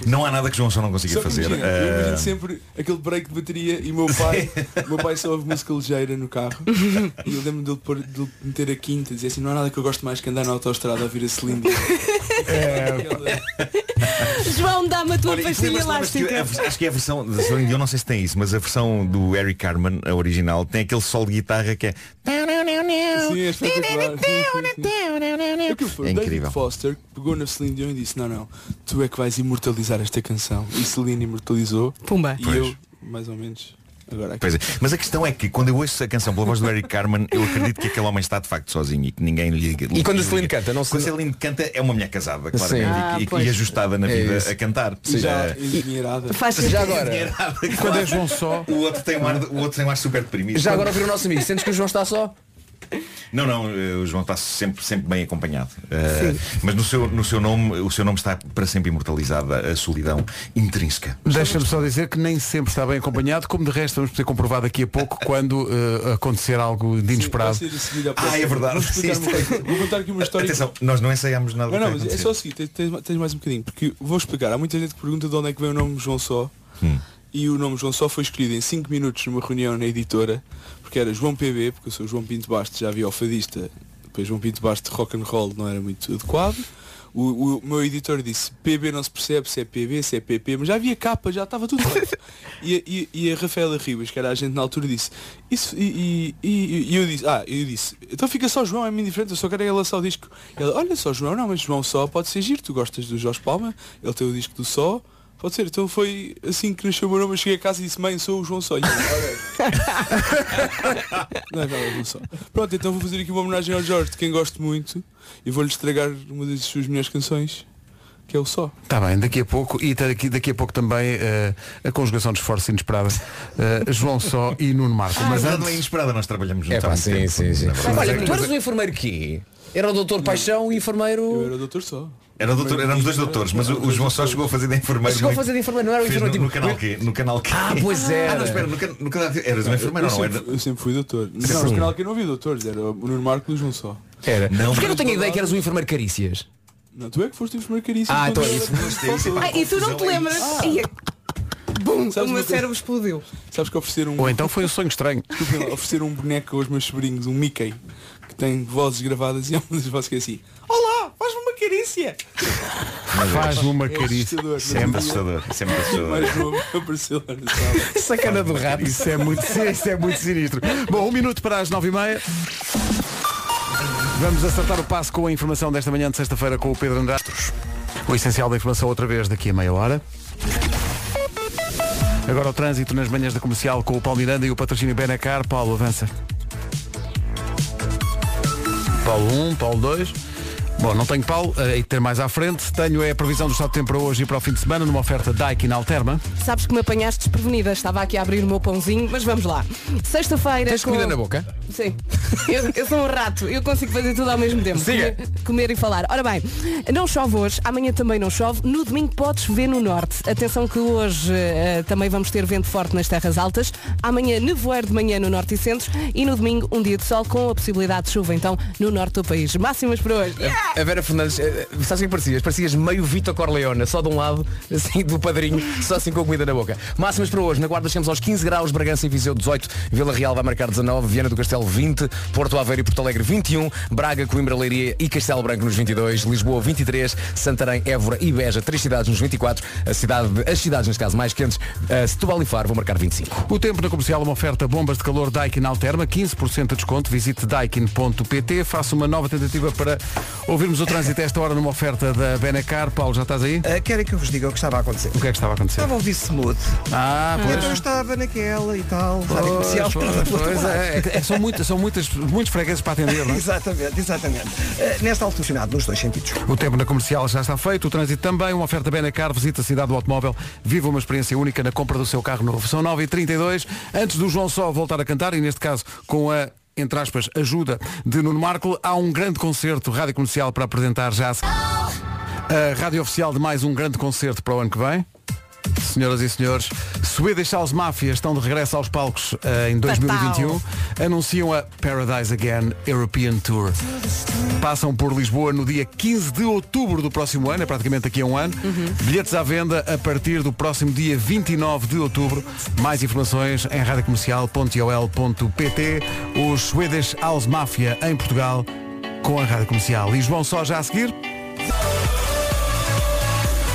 A: Não há nada que João só não
I: Só
A: consiga
I: que
A: fazer.
I: imagina, eu
A: Ah,
I: imagino sempre aquele break de bateria e o meu pai, o meu pai só ouve música ligeira no carro e eu lembro dele, pôr, dele meter a quinta e dizer assim, não há nada que eu gosto mais que andar na autoestrada a ouvir a Celine. Dion."
A: É.
D: João, dá-me a tua
A: Olha, e tu
D: pastilha
A: lembras-te, lembras-te que
D: elástica.
A: a- acho que é a versão da Celine Dion, não sei se tem isso, mas a versão do Eric Carmen, a original, tem aquele solo de guitarra que é.
I: Sim, é espetacular. Sim, sim, sim. Aquilo foi
A: É
I: o David
A: incrível.
I: Foster que pegou na Celine Dion e disse, não, não, tu é que vais imortalizar esta canção. E Celine imortalizou
D: Pumba.
I: é e
A: Pois.
I: eu, mais ou menos, agora aqui.
A: Pois é. Mas a questão é que quando eu ouço a canção pela voz do Eric Carmen, eu acredito que aquele homem está de facto sozinho e que ninguém lhe. lhe-
E: quando a
A: lhe-
E: Celine canta, não se-
A: Quando a Celine canta é uma mulher casada, claro.
E: Sim.
D: Ah,
A: e, e
D: pois.
A: ajustada na
E: É
A: vida
E: isso.
A: a cantar.
I: E já
A: Ah,
I: endinheirada.
D: Faz
E: Já
D: sentido.
E: agora,
A: Quando
B: é João só-
A: O outro tem um ar, o outro tem um ar super deprimido.
E: já agora ouvir o nosso amigo. Sentes que o João está só?
A: Não, não, eh, o João está sempre, sempre bem acompanhado. Eh, mas no seu, no seu nome, o seu nome está para sempre imortalizado, a solidão intrínseca.
B: Deixa-me só dizer que nem sempre está bem acompanhado, como de resto vamos poder comprovar daqui a pouco quando eh, acontecer algo de inesperado.
I: Vai ser a seguir à
A: Ah, é verdade.
I: Vou, explicar uma
A: Sim,
I: coisa. Vou contar aqui uma história.
A: Atenção, nós não ensaiámos nada.
I: Não,
A: para
I: não, mas é
A: acontecer.
I: só o seguinte, tens- tens, tens mais um bocadinho, porque vou explicar, há muita gente que pergunta de onde é que vem o nome João Só e o nome João Só foi escolhido em 5 minutos numa reunião na editora, porque era João PB, porque eu sou João Pinto Bastos, já havia alfadista, depois João Pinto Bastos de rock and roll não era muito adequado. O, o meu editor disse PB não se percebe se é PB, se é PP, mas já havia capa, já estava tudo feito. e, a- e, e a Rafaela Ribas, que era a gente na altura, disse isso e, e- e- e eu disse, ah, eu disse, então fica só João, é-me indiferente, eu só quero é lançar o disco. Ela, olha só João, não, mas João só pode ser giro, tu gostas do Jorge Palma, ele tem o disco do Só, pode ser, então foi assim que nasceu o meu nome, eu cheguei a casa e disse, mãe, sou o João Só. E ela, não é verdade, não só. Pronto, então vou fazer aqui uma homenagem ao Jorge, de quem gosto muito, e vou-lhe estragar uma das suas melhores canções, que é o Só.
B: Está Tá bem, daqui a pouco e daqui, daqui a pouco também eh, a conjugação de esforços inesperada. eh, João Só e Nuno Marco. Mas
A: Mas
B: antes,
A: não é inesperada, nós trabalhamos
E: É
A: juntos há
E: pá,
A: muito
E: sim,
A: tempo,
E: sim, sim.
A: na verdade.
E: Olha, tu eras um o enfermeiro quê? Era o doutor Paixão e
I: Eu
E: enfermeiro.
I: era o Doutor Só.
A: Era o doutor, éramos dois doutores, mas o, o João só chegou a fazer de enfermeiro.
E: Chegou a
A: muito-
E: fazer de enfermeiro, não era o
A: Fez
E: enfermeiro
A: no, no
E: tipo-
A: canal Q. No canal Q.
E: Ah, pois
A: Ah, não,
E: era.
A: espera, no, can- no canal Q. Eras um enfermeiro
I: eu,
A: ou não?
I: sempre,
A: Era...
I: eu sempre fui doutor. é Não, no canal que eu não havia doutores, era o Nuno Marco e o João Só.
E: Era.
A: Não,
E: Porque eu não
A: mas-
E: tenho ideia que eras o um enfermeiro Carícias.
I: Não, tu é que foste o primeiro caríssimo.
E: Ah, então
I: quando
E: é
I: eu
E: isso.
I: era-
A: Isto é- isto é-
D: Ah, e tu não te lembras? Ia. Bum,
I: Sabes
D: o
I: uma
D: meu
I: coisa?
D: cérebro explodiu.
I: Sabes que ofereceram um,
B: ou então foi um sonho estranho.
I: desculpem lá, ofereceram um boneco aos meus sobrinhos, um Mickey, que tem vozes gravadas e há uma das vozes que é assim, Olá, faz-me uma carícia!
B: Faz-me uma
I: É
B: carícia.
I: assustador, mas um
A: Sempre
I: dia
A: assustador. Sempre assustador.
I: Mais novo apareceu lá na sala.
E: Sacana do rato.
B: Isso é muito, isso é muito sinistro. Bom, um minuto para as nove e meia. Vamos acertar o passo com a informação desta manhã de sexta-feira com o Pedro Andrade. O essencial da informação outra vez daqui a meia hora. Agora o trânsito nas manhãs da comercial com o Paulo Miranda e o patrocínio Benacar. Paulo, avança. Paulo 1, Paulo 2. Bom, não tenho pau, eh, e ter mais à frente. Tenho é a previsão do estado de tempo para hoje e para o fim de semana, numa oferta Daikin Alterma.
D: Sabes que me apanhaste desprevenida. Estava aqui a abrir o meu pãozinho, mas vamos lá. Sexta-feira.
E: Tens
D: com-
E: comida na boca?
D: Sim. Eu, eu sou um rato. Eu consigo fazer tudo ao mesmo tempo.
E: Siga.
D: Comer, comer e falar. Ora bem, não chove hoje, amanhã também não chove. No domingo pode chover no norte. Atenção que hoje eh, também vamos ter vento forte nas terras altas. Amanhã nevoeiro de manhã no norte e centro. E no domingo um dia de sol com a possibilidade de chuva, então, no norte do país. Máximas para hoje.
E: A Vera Fernandes, eh, eh, sabes o que é que parecias? Parecias meio Vitor Corleone, só de um lado, assim do padrinho, só assim com a comida na boca. Máximas para hoje, na Guarda chegamos aos 15 graus, Bragança e Viseu 18, Vila Real vai marcar 19, Viana do Castelo 20, Porto Aveiro e Porto Alegre 21, Braga, Coimbra, Leiria e Castelo Branco nos 22, Lisboa 23, Santarém, Évora e Beja, três cidades nos 24, a cidade, as cidades, neste caso, mais quentes, eh, Setúbal e Faro vão marcar 25.
B: O tempo na comercial, uma oferta bombas de calor Daikin Alterma, 15% de desconto. Visite daikin.pt. Faça uma nova tentativa para ouvirmos o trânsito a esta hora numa oferta da Benacar. Paulo, já estás aí?
C: Ah, querem que eu vos diga o que estava a acontecer?
B: O que é que estava a acontecer?
C: Estava a ouvir Smooth.
B: Ah,
C: E
B: pois.
C: então eu estava naquela e tal. Rádio comercial.
B: Pois, pois, é, é, é, são muitas, são muitas, muitos fregueses para atender, não é?
C: Exatamente, exatamente. Ah, nesta altura, funcionado nos dois sentidos.
B: O tempo na comercial já está feito, o trânsito também, uma oferta Benacar, visita a cidade do automóvel, viva uma experiência única na compra do seu carro novo. São 9h32, antes do João Só voltar a cantar, e neste caso com a, entre aspas, ajuda de Nuno Marco, há um grande concerto rádio comercial para apresentar já. A rádio oficial de mais um grande concerto para o ano que vem. Senhoras e senhores, Swedish House Mafia estão de regresso aos palcos eh, em 2021. Anunciam a Paradise Again European Tour. Passam por Lisboa no dia 15 de outubro do próximo ano, é praticamente aqui a um ano. Bilhetes à venda a partir do próximo dia 29 de outubro. Mais informações em radiocomercial.ol.pt. Os Swedish House Mafia em Portugal com a Rádio Comercial. E João Só já a seguir.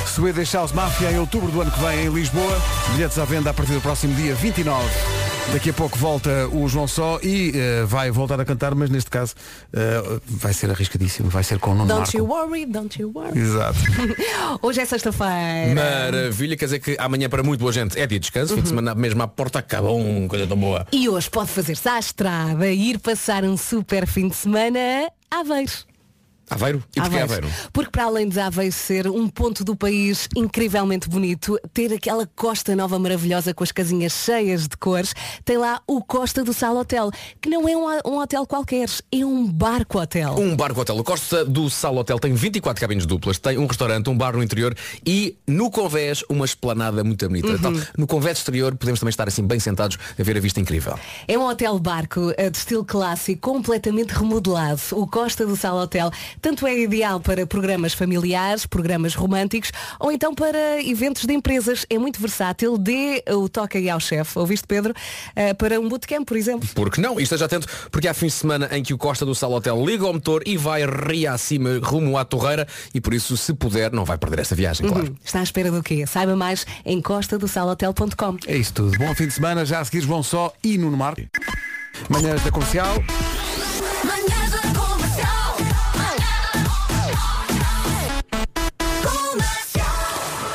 B: Swedish House Mafia em outubro do ano que vem em Lisboa. Bilhetes à venda a partir do próximo dia 29. Daqui a pouco volta o João Só e eh, vai voltar a cantar, mas neste caso eh, vai ser arriscadíssimo, vai ser com o Nuno
D: Don't you
B: Marco.
D: worry, don't you worry.
B: Exato.
D: Hoje é sexta-feira.
E: Maravilha, quer dizer que amanhã para muito boa gente é dia de descanso, fim de semana mesmo à porta acabou, coisa tão boa.
D: E hoje pode fazer-se à estrada e ir passar um super fim de semana a Aveiro.
E: Aveiro? E porquê Aveiro?
D: Porque para além de Aveiro ser um ponto do país incrivelmente bonito, ter aquela costa nova maravilhosa com as casinhas cheias de cores, tem lá o Costa do Sal Hotel, que não é um, um hotel qualquer, é um barco hotel.
E: Um barco hotel. O Costa do Sal Hotel tem 24 cabines duplas, tem um restaurante, um bar no interior e no convés uma esplanada muito bonita. Então, no convés exterior podemos também estar assim bem sentados a ver a vista incrível.
D: É um hotel barco eh, de estilo clássico, completamente remodelado. O Costa do Sal Hotel tanto é ideal para programas familiares, programas românticos ou então para eventos de empresas. É muito versátil. Dê o toque aí ao chefe, ouviste Pedro? Eh, para um bootcamp, por exemplo.
E: Porque não? E esteja atento, porque há fins de semana em que o Costa do Sal Hotel liga ao motor e vai ria acima rumo à torreira e por isso, se puder, não vai perder esta viagem, claro.
D: Está à espera do quê? Saiba mais em costadosalhotel.com.
B: É isso tudo. Bom fim de semana, já a seguir João Só e Nuno Marco. Manhãs da comercial.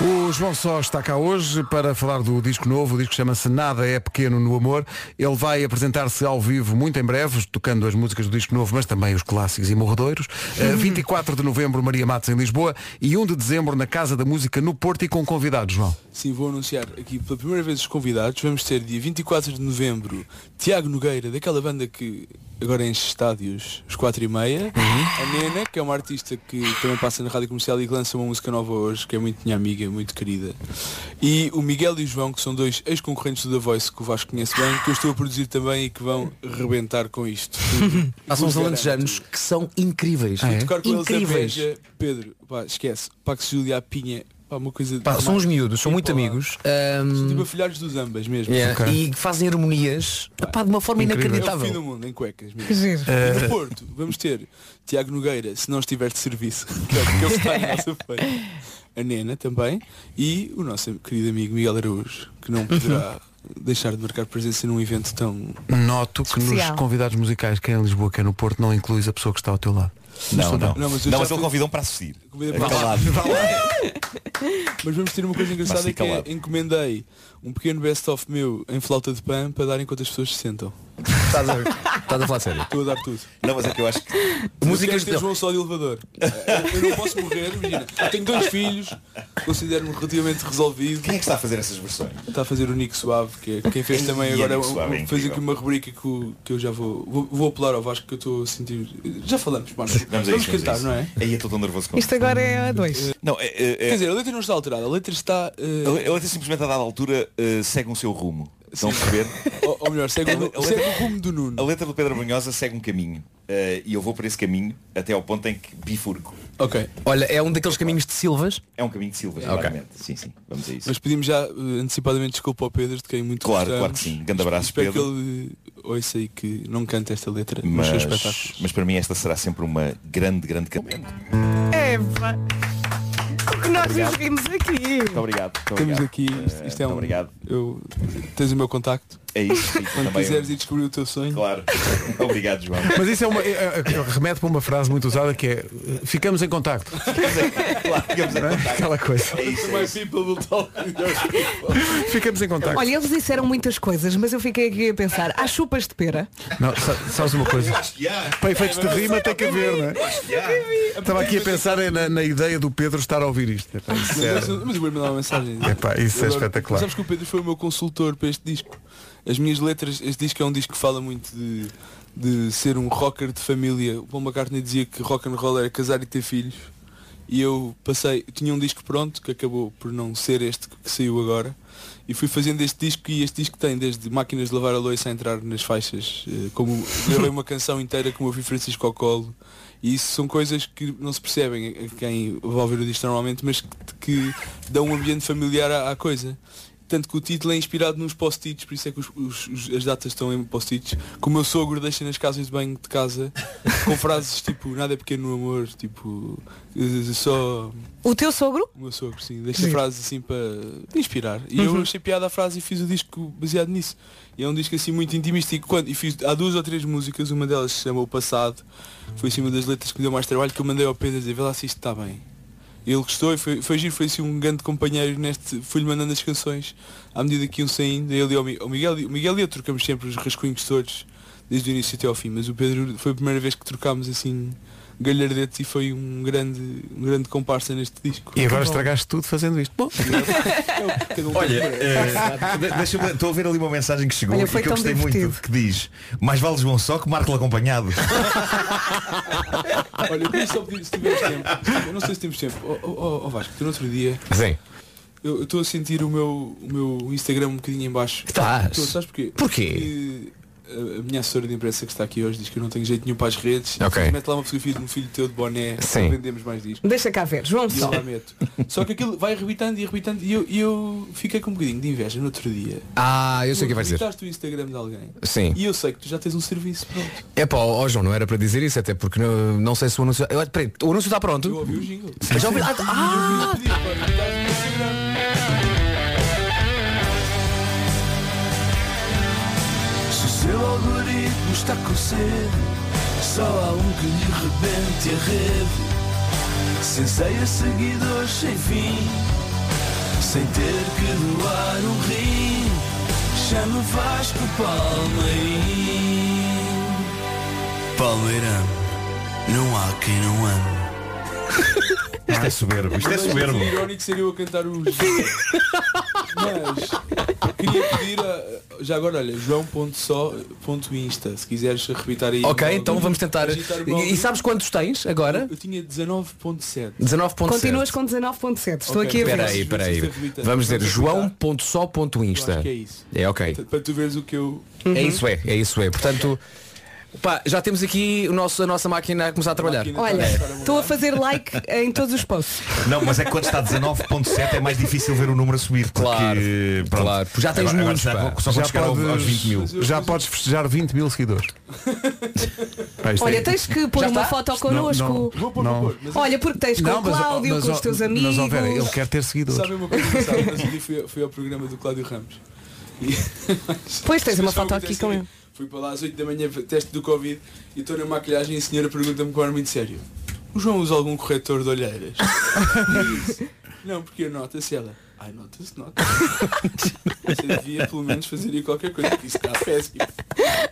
B: O João Só está cá hoje para falar do disco novo, o disco chama-se Nada é Pequeno no Amor. Ele vai apresentar-se ao vivo muito em breve, tocando as músicas do disco novo, mas também os clássicos e morredeiros. Eh, 24 de novembro, Maria Matos em Lisboa e 1 de dezembro na Casa da Música no Porto e com convidados, João.
I: Sim, vou anunciar aqui pela primeira vez os convidados. Vamos ter dia 24 de novembro Tiago Nogueira, daquela banda que agora enche estádios, os 4 e
E: Uhum.
I: meia. A Nena, que é uma artista que também passa na rádio comercial e que lança uma música nova hoje, que é muito minha amiga, muito querida. E o Miguel e o João, que são dois ex-concorrentes do The Voice, que o Vasco conhece bem, que eu estou a produzir também e que vão rebentar com isto.
E: Há uns
I: Vos garanto.
E: alentejanos que são incríveis.
I: Tocar com
E: Incríveis.
I: eles a beija, Pedro, pá, esquece. Pax Julia, Pinha, pá, uma coisa...
E: Pá, são uns miúdos, são muito
I: Tipo, lá.
E: amigos. Ahm,
I: Tipo, filhares dos ambas mesmo.
E: Hum. yeah, E fazem harmonias pá, de uma forma
I: É o fim do
E: inacreditável.
I: mundo, em cuecas mesmo.
D: Que giro.
I: E no Porto, vamos ter Tiago Nogueira, se não estiver de serviço, que é o que ele está na nossa feira. A Nena também. E o nosso querido amigo Miguel Araújo, que não poderá deixar de marcar presença num evento tão...
B: É Noto que nos
D: Especial.
B: convidados musicais, quer em Lisboa, quer no Porto, não incluís a pessoa que está ao teu lado.
A: Não, não.
I: Não,
A: Não, mas,
I: mas eu já
A: ele
I: fui-
A: convidou-me para assistir.
I: Convida para lá.
A: Calado.
I: Mas vamos ter uma coisa engraçada
A: fica
I: que é,
A: lá.
I: encomendei um pequeno best-of meu em flauta de pan para dar enquanto as pessoas se sentam.
E: Estás a, estás a falar sério.
I: Estou a dar tudo.
A: Não, mas é que eu acho que
E: Músicas
I: Músicas de João só de elevador. Eu não posso morrer, imagina. Eu tenho dois filhos, considero-me relativamente resolvido.
A: quem é que está a fazer essas versões?
I: Está a fazer o Nico Suave, que é quem fez também
A: Ei,
I: agora
A: Nico Suave é
I: um- fez
A: incrível.
I: aqui uma rubrica que, o- que eu já vou, vou. Vou apelar ao Vasco que eu estou a sentir. Já falamos, Marcos.
A: Vamos
I: Vamos,
A: a isso, vamos a
I: cantar,
A: isso.
I: não é?
A: Aí eu estou tão nervoso com
D: Isto agora é a dois.
A: Não, é, é,
I: Quer
A: é,
I: dizer, a letra não está alterada, a letra está. eh,
A: a le- a letra simplesmente a dada altura eh, segue um seu rumo. Estão a perceber?
I: ou, ou melhor, segue,
A: A letra-
I: o, segue o rumo do
A: A
I: Nuno.
A: letra do Pedro Brunhosa segue um caminho. eh, e eu vou por esse caminho até ao ponto em que bifurco.
I: Ok.
E: Olha, é um daqueles caminhos de Silvas.
A: É um caminho de Silvas, claramente. Sim, sim. Vamos a isso.
I: Mas pedimos já eh, antecipadamente desculpa ao Pedro, de quem muito
A: Claro,
I: gostamos.
A: claro que sim. Grande abraço,
I: Espero
A: Pedro.
I: que ele eh, ouça e que não cante esta letra nos seus
A: Mas,
I: espetáculos.
A: mas para mim esta será sempre uma grande, grande canção. Muito
D: É, pá. O que nós nos rimos aqui.
A: obrigado. Muito
I: Temos
A: obrigado.
I: aqui, isto,
A: Eh,
I: isto é um.
A: Muito obrigado.
I: Eu, tens o meu contacto.
A: É isso. E
I: Quando
A: também-
I: quiseres ir descobrir o teu sonho.
A: Claro. obrigado, João.
B: Mas isso é uma. é- é- é- remete para uma frase muito usada que é eh, ficamos em contacto.
A: Claro, ficamos em contacto.
B: Aquela coisa.
A: É isso. É
I: My
A: isso.
I: people will talk.
B: Ficamos em contacto.
D: Olha, eles disseram muitas coisas, mas eu fiquei aqui a pensar. Há chupas de pera.
B: Não, sa- sabes uma coisa?
A: Acho que há.
B: Para efeitos de rima tem que haver, não é? Estava aqui a pensar em- na, na ideia do Pedro estar a ouvir isto. Epá, isso
I: Mas
B: é,
I: eu vou mandar uma mensagem.
B: epá, isso é
I: Agora,
B: espetacular.
I: Sabes que o Pedro foi o meu consultor para este disco. As minhas letras, este disco é um disco que fala muito de, de ser um rocker de família. O Paul McCartney dizia que rock and roll era casar e ter filhos. E eu passei, tinha um disco pronto que acabou por não ser este que saiu agora. E fui fazendo este disco e este disco tem desde máquinas de lavar a louça a entrar nas faixas, eh, como gravei uma canção inteira com o meu filho Francisco ao colo. E isso são coisas que não se percebem a- a quem vai ouvir o disco normalmente, mas que, que dão um ambiente familiar à, à coisa. Tanto que o título é inspirado nos post-its, por isso é que os- os- os- as datas estão em post-its. Como eu sogro deixa nas casas de banho de casa, com frases tipo, nada é pequeno no amor, tipo, eh, só
D: O teu sogro?
I: o meu sogro, sim. Deixa frases assim para inspirar. E eu achei piada à frase e fiz o disco baseado nisso. E é um disco assim muito intimista. E, quando, e fiz, há duas ou três músicas, uma delas se chama O Passado. Foi assim uma das letras que me deu mais trabalho que eu mandei ao Pedro dizer, vê lá se isto está bem. E Ele gostou e foi, foi giro, foi assim um grande companheiro neste. Fui-lhe mandando as canções à medida que iam saindo. Ele e o Mi- o Miguel, o Miguel e eu trocamos sempre os rascunhos todos, desde o início até ao fim, mas o Pedro foi a primeira vez que trocámos assim galhardetes e foi um grande, um grande comparsa neste disco.
B: E agora estragaste tudo fazendo isto. Bom,
A: Olha, eh, de- deixa-me. Estou a ver ali uma mensagem que chegou
D: Olha,
A: e que
D: foi
A: eu
D: tão
A: gostei muito,
D: divertido.
A: que diz, mais vale João só que Marco acompanhado.
I: Olha, eu queria só pedir se tiveres tempo. Eu não sei se temos tempo. Ó oh, Vasco, tu no outro dia,
E: Sim.
I: eu eu estou a sentir o meu, o meu Instagram um bocadinho em baixo.
E: Estás?
I: Estou, sabes porquê?
E: Tá. Porquê?
I: Porque, eh, a, a minha assessora de imprensa que está aqui hoje diz que eu não tenho jeito nenhum para as redes.
E: Ok.
I: Mete lá uma fotografia de um filho teu de boné,
E: Sim.
I: vendemos mais discos.
D: Deixa cá ver. João
I: E eu
D: Sol.
I: lá meto. Só que aquilo vai arrebitando e arrebitando e eu, e eu fiquei com um bocadinho de inveja no outro dia.
E: Ah, eu sei o que
I: Tu
E: vais dizer.
I: arrebitaste o Instagram de alguém.
E: Sim.
I: E eu sei que tu já tens um serviço pronto.
E: É pá, ó ó, João, não era para dizer isso, até porque não, não sei se o anúncio. Olha, peraí, o anúncio está
I: Eu
E: pronto.
I: ouvi o jingle.
E: Já ouvi- Ah, ah,
I: Eu pedi para arrebitares o Instagram.
J: Se o seu algoritmo está com sede, só há um que lhe rebente a rede. Sem ceia seguidores sem fim, sem ter que doar um rim. Chame Vasco Palmeirim. Palmeirão, não há quem não ame.
A: Isto é soberbo, isto é
I: Mas
A: soberbo.
I: o irónico seria eu cantar o Mas queria pedir a, já agora, olha, joão.só.insta, se quiseres repitar aí.
E: ok,
I: o-
E: então vamos tentar.
I: agitar o balde.
E: E, e sabes quantos tens agora?
I: Eu tinha 19.7.
E: 19.7.
D: Continuas com 19.7. Estou
I: Ok,
D: aqui a ver.
I: espera
E: Peraí, peraí.
I: Vamos acreditar.
E: Vamos dizer
I: Vamos acreditar. Eu
E: joão.só.insta.
I: é acho que é isso. Uhum.
E: É ok.
I: Para tu veres o que eu.
E: É isso é, é isso é. Portanto, pá, já temos aqui o nosso, a nossa máquina a começar a trabalhar.
I: Máquina.
D: Olha,
I: Está a mudar.
D: estou a fazer like em todos os posts.
A: Não, mas é que quando está 19.7 é mais difícil ver o número a subir. porque,
E: Claro,
A: pronto.
E: claro. Já tens
A: agora,
E: muitos,
A: agora só,
E: pá.
A: só
B: Já
A: quando chegar ao-
B: podes-
A: aos 20 mil.
B: já podes festejar 20 mil seguidores. Pá, isto é-
D: Olha, tens que pôr
E: Já
D: uma
E: está?
D: foto
B: não,
D: connosco.
B: não,
I: Vou pôr,
B: não.
I: vou pôr. Mas
D: Olha, porque tens com o
B: mas-
D: Cláudio,
B: mas-
D: com os teus
B: mas,
D: amigos.
B: ó, Vera, ele quer ter seguidores.
I: sabe uma coisa que sabe? Mas eu fui, fui ao programa do Cláudio Ramos. E-
D: Pois, tens uma
I: Mas foi
D: foto
I: muito
D: aqui
I: assim.
D: com ele.
I: Fui para lá às 8 da manhã, teste do Covid, e estou na maquilhagem e a senhora pergunta-me com um ar muito sério. O João usa algum corretor de olheiras? E eu disse, não, porque eu noto-se ela. Ai, nota-se, nota Você devia pelo menos fazer qualquer coisa, porque isso está péssimo.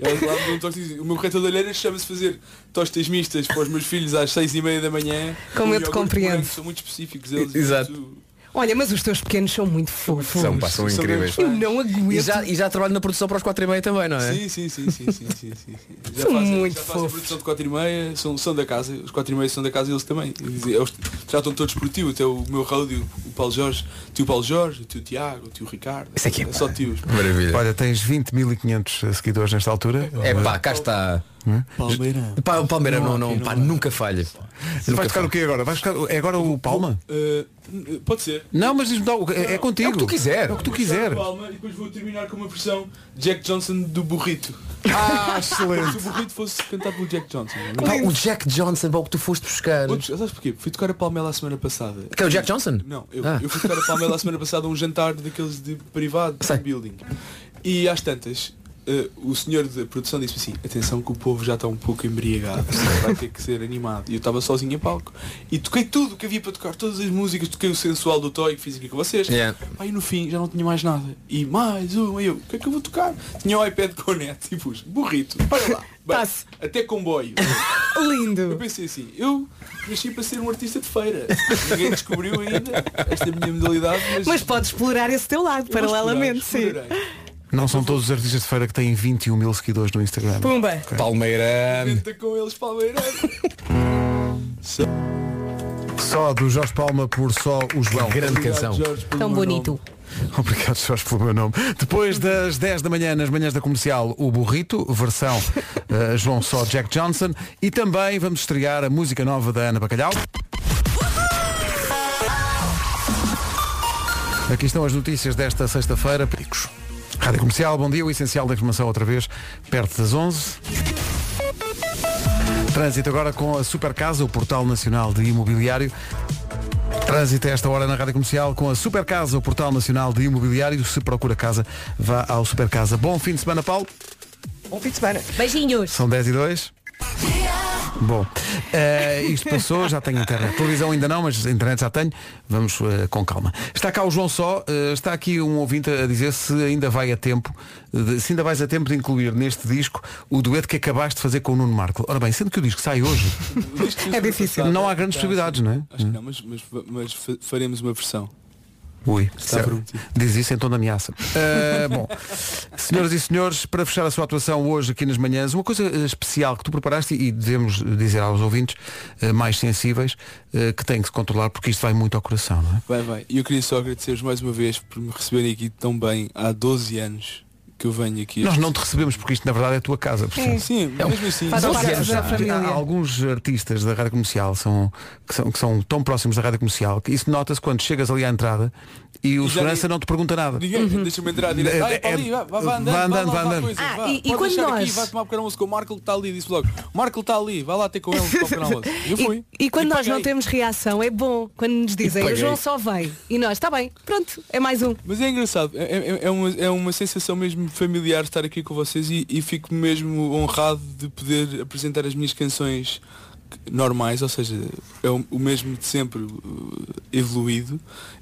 I: Elas lá me dão um toque e dizem, o meu corretor de olheiras chama-se fazer tostas mistas para os meus filhos às seis e meia da manhã.
D: Como
I: Um
D: eu te
I: iogurte
D: compreendo.
I: branco, São muito específicos eles.
E: Exato.
D: Olha, mas os teus pequenos são muito fofos.
E: São, pá, são incríveis.
D: Eu não aguento.
E: E já, e já trabalho na produção para os 4 e meia também, não é?
I: Sim, sim, sim, sim, sim, sim, sim. Já
D: São
I: fazem,
D: muito
I: já fazem a produção de 4 e meia, são, são da casa, os 4 e meia são da casa eles também. Eu dizia, eles já estão todos por tio, até o meu rádio, o Paulo Jorge, o tio Paulo Jorge, o tio Tiago, o tio Ricardo. Isso aqui é só tios.
E: Maravilha.
B: Olha, tens 20.500 eh, seguidores nesta altura.
E: É pá, cá está.
I: Palmeirão.
E: Pá, o Palmeira não, não, pá, nunca falha.
B: Vai
E: Nunca
B: tocar o
E: falha.
B: quê agora? Vai tocar, é agora o Palma?
I: Eh, eh, pode ser.
B: Não, mas diz-me, não, é, é contigo.
E: É o que tu quiser.
B: É o que tu
I: Saco
B: quiser.
I: de Palma, e depois vou terminar com uma versão Jack Johnson do burrito.
B: Ah, excelente.
I: Se o burrito fosse cantar pelo Jack Johnson. não é?
E: Pá, o Jack Johnson, pá, o que tu foste buscar.
I: Outros- Sabes porquê? Fui tocar a palmela a semana passada.
E: Que é o Jack Johnson?
I: Não, eu,
E: Ah.
I: eu fui tocar a Palmela a semana passada a um jantar daqueles de privado, de
E: Sei.
I: building. E às tantas, eh, o senhor da produção disse assim, atenção que o povo já está um pouco embriagado, vai ter que ser animado. E eu estava sozinho em palco. E toquei tudo o que havia para tocar, todas as músicas, toquei o sensual do Toy que fiz aqui com vocês.
E: Yeah.
I: Aí no fim já não tinha mais nada. E mais uma, e eu, o que é que eu vou tocar? Tinha o iPad com o net e pus, burrito, para lá. Bem,
D: Passo.
I: até comboio. Eu
D: Lindo.
I: pensei assim, eu nasci para ser um artista de feira. Ninguém descobriu ainda esta minha modalidade, mas,
D: Mas podes explorar esse teu lado,
I: eu vou
D: paralelamente,
I: explorar,
D: sim.
I: explorarei.
B: Não são todos os artistas de feira que têm 21 mil seguidores no Instagram.
D: Pumba.
E: Palmeira.
I: Tenta com eles palmeiras.
B: Só do Jorge Palma por só o João.
E: Grande canção.
D: Tão bonito.
B: Obrigado, Jorge, pelo meu nome. Depois das 10 da manhã, nas manhãs da comercial, o Burrito, versão eh, João Só Jack Johnson. E também vamos estrear a música nova da Ana Bacalhau. Aqui estão as notícias desta sexta-feira. Picos. Rádio Comercial, bom dia. O essencial da informação outra vez, perto das 11. Trânsito agora com a Supercasa, o portal nacional de imobiliário. Trânsito a esta hora na Rádio Comercial com a Supercasa, o portal nacional de imobiliário. Se procura casa, vá ao Supercasa. Bom fim de semana, Paulo.
C: Bom fim de semana.
D: Beijinhos.
B: São 10 e 2. Bom, eh, isto passou, já tenho internet. Televisão ainda não, mas internet já tenho. Vamos eh, com calma. Está cá o João Só, eh, está aqui um ouvinte a dizer se ainda vai a tempo, de- se ainda vais a tempo de incluir neste disco o dueto que acabaste de fazer com o Nuno Marco. Ora bem, sendo que o disco sai hoje,
I: É
B: difícil. Não há grandes possibilidades, não é?
I: Acho que não, mas, mas- mas fa- faremos uma versão.
B: Ui,
I: Está
B: certo.
I: prometido.
B: diz isso em tom de ameaça. Ah, bom, senhoras e senhores, para fechar a sua atuação hoje aqui nas manhãs, uma coisa eh, especial que tu preparaste e devemos dizer aos ouvintes eh, mais sensíveis eh, que têm que se controlar porque isto vai muito ao coração, não é?
I: Vai, vai. E eu queria só agradecer-vos mais uma vez por me receberem aqui tão bem há 12 anos que eu venho aqui.
B: Nós não te recebemos porque isto na verdade é a tua casa. portanto.
I: Sim, mesmo assim.
D: Faz
I: Não,
D: parte
I: sim,
D: da
I: sim.
D: é família.
B: Há alguns artistas da rádio comercial são, que, são, que são tão próximos da rádio comercial que isso nota-se quando chegas ali à entrada e o
I: E já
B: segurança
I: nem-
B: não te pergunta nada.
I: Ninguém, deixa-me entrar direto.
B: É-
I: Ai,
B: é-
I: Paulinho, vá, vá,
B: vá
I: vá andando,
B: andando, vá
I: vá, lá, vá
B: andando.
I: coisas,
D: Ah,
I: vá.
D: e- e
I: Pode
D: quando
I: deixar
D: nós-
I: aqui, vai tomar pequeno almoço com o Marco que está ali, disse logo. Marco está ali, vai lá ter com ele para o pequeno almoço. Eu fui.
D: E, e quando nós não
I: paguei.
D: temos reação, é bom quando nos dizem o
E: paguei.
D: João só vem. E nós, está bem, pronto, é mais um.
I: Mas é engraçado, é, é- é uma, é uma sensação mesmo familiar estar aqui com vocês e, e fico mesmo honrado de poder apresentar as minhas canções normais, ou seja, é o, o mesmo de sempre uh, evoluído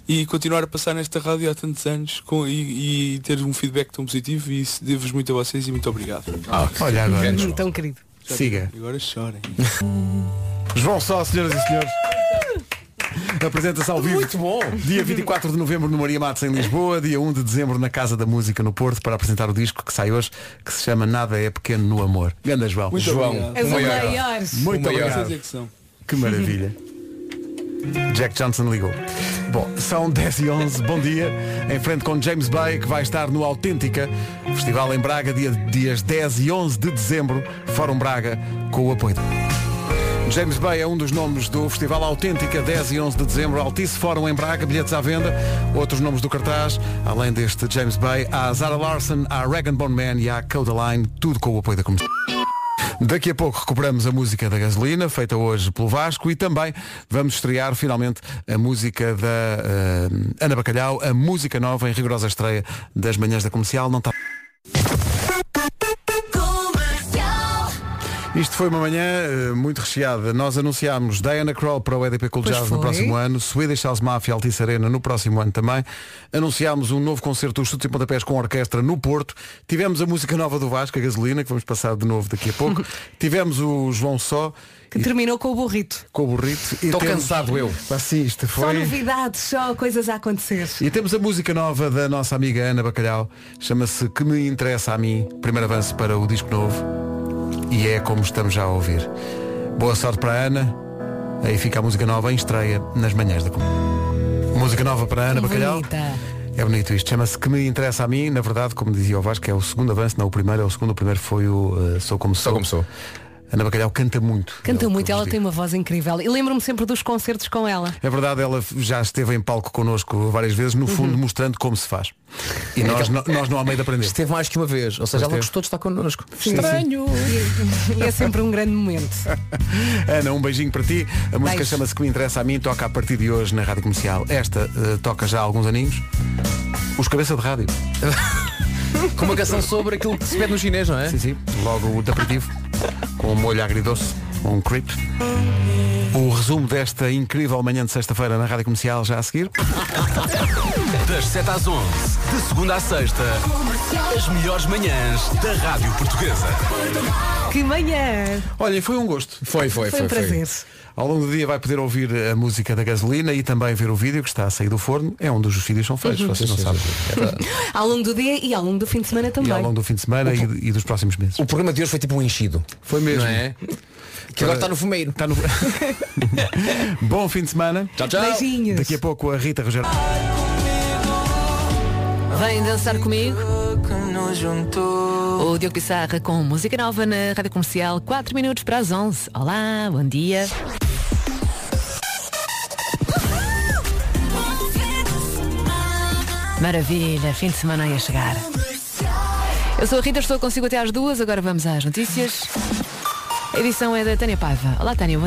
I: e continuar a passar nesta rádio há tantos anos com, e, e ter um feedback tão positivo e isso devo-vos muito a vocês e muito obrigado.
B: Olha agora.
D: Hum, tão querido.
B: Siga.
I: Agora chorem.
B: João Só, senhoras e senhores. Apresenta-se ao vivo. Muito bom. Dia 24 de novembro no Maria Matos em Lisboa, dia 1 de dezembro na Casa da Música no Porto para apresentar o disco que sai hoje, que se chama Nada é Pequeno no Amor. Ganda João.
I: Muito
E: João.
I: obrigado.
D: És É o
E: maior.
D: maior.
B: Muito
E: maior.
I: Vocês
B: obrigado.
I: é que são.
B: Que maravilha. Jack Johnson ligou. Bom, são 10 e 11 bom dia. Em frente com James Bay, que vai estar no Autêntica Festival em Braga, dia, dias 10 e 11 de dezembro, Fórum Braga, com o apoio. de- James Bay é um dos nomes do Festival Autêntica, 10 e 11 de dezembro, Altice Fórum em Braga, bilhetes à venda. Outros nomes do cartaz, além deste James Bay, há Zara Larson, há Regan Bone Man e há Codaline, tudo com o apoio da comunidade. Daqui a pouco recuperamos a música da gasolina, feita hoje pelo Vasco, e também vamos estrear finalmente a música da eh, Ana Bacalhau, a música nova em rigorosa estreia das tá- manhãs da comercial. Não está. Isto foi uma manhã eh, muito recheada. Nós anunciámos Diana Kroll para o EDP Cool
K: Pois
B: Jazz no
K: foi.
B: próximo ano, Swedish House Mafia Altice Arena no próximo ano também. Anunciámos um novo concerto dos Chutes e Pontapés com orquestra no Porto. Tivemos a música nova do Vasco, a Gasolina, que vamos passar de novo daqui a pouco. Tivemos o João Só.
D: Que terminou com o burrito.
B: Com o burrito.
D: Tô cansado
E: eu.
B: Assim, isto
D: Só
B: foi...
D: novidades, só coisas a acontecer.
B: E temos a música nova da nossa amiga Ana Bacalhau. Chama-se Que Me Interessa a Mim. Primeiro avanço para o disco novo. E é como estamos já a ouvir. Boa sorte para a Ana. Aí fica a música nova em estreia nas manhãs da Comunhão. Música nova para a Ana Bacalhau. É bonito isto, chama-se Que Me Interessa a Mim, na verdade, como dizia o Vasco, é o segundo avanço, não o primeiro, é o segundo, o primeiro foi o eh, Sou Como Sou. Ana Bacalhau canta muito.
D: Canta muito, ela tem uma voz incrível. E lembro-me sempre dos concertos com ela.
B: É verdade, ela já esteve em palco connosco várias vezes, no fundo mostrando como se faz. E nós, no- nós não há meio de aprender.
E: Esteve mais que uma vez, ou seja, ela gostou de estar connosco.
D: Estranho. E é sempre um grande momento.
B: Ana, um beijinho para ti. A música
D: Beijo.
B: chama-se Que Me Interessa a Mim, toca a partir de hoje na Rádio Comercial. Esta eh, toca já há alguns aninhos. Os Cabeça de Rádio.
E: Com uma canção sobre aquilo que se pede no chinês, não é?
B: Sim, sim. Logo o de aperitivo, com um molho agridoce, um creep. O resumo desta incrível manhã de sexta-feira na Rádio Comercial já a seguir.
J: Das 7 às 11, de segunda à sexta, as melhores manhãs da Rádio Portuguesa.
D: Que manhã!
B: Olha, foi um gosto.
E: Foi,
D: Foi um foi, foi. prazer.
B: Ao longo do dia vai poder ouvir eh, a música da gasolina e também ver o vídeo que está a sair do forno. É onde os vídeos são feitos,
D: Uhum.
B: vocês não
D: Sim,
B: sabem.
D: Ao longo do dia e ao longo do fim de semana
B: E
D: também.
B: ao longo do fim de semana e, e dos próximos meses.
E: O programa de hoje foi tipo um enchido.
B: Foi mesmo.
E: Não é? Que agora está no fumeiro.
B: Está Tá no... Bom fim de semana.
E: Tchau,
D: tchau. Beijinhos.
B: Daqui a pouco a Rita Rogério.
K: Vem dançar comigo. O Diogo Pissarra com música nova na Rádio Comercial, 4 minutos para as 11. Olá, bom dia. Maravilha, fim de semana aí a chegar. Eu sou a Rita, estou consigo até às duas, agora vamos às notícias. A edição é da Tânia Paiva. Olá, Tânia, bom dia.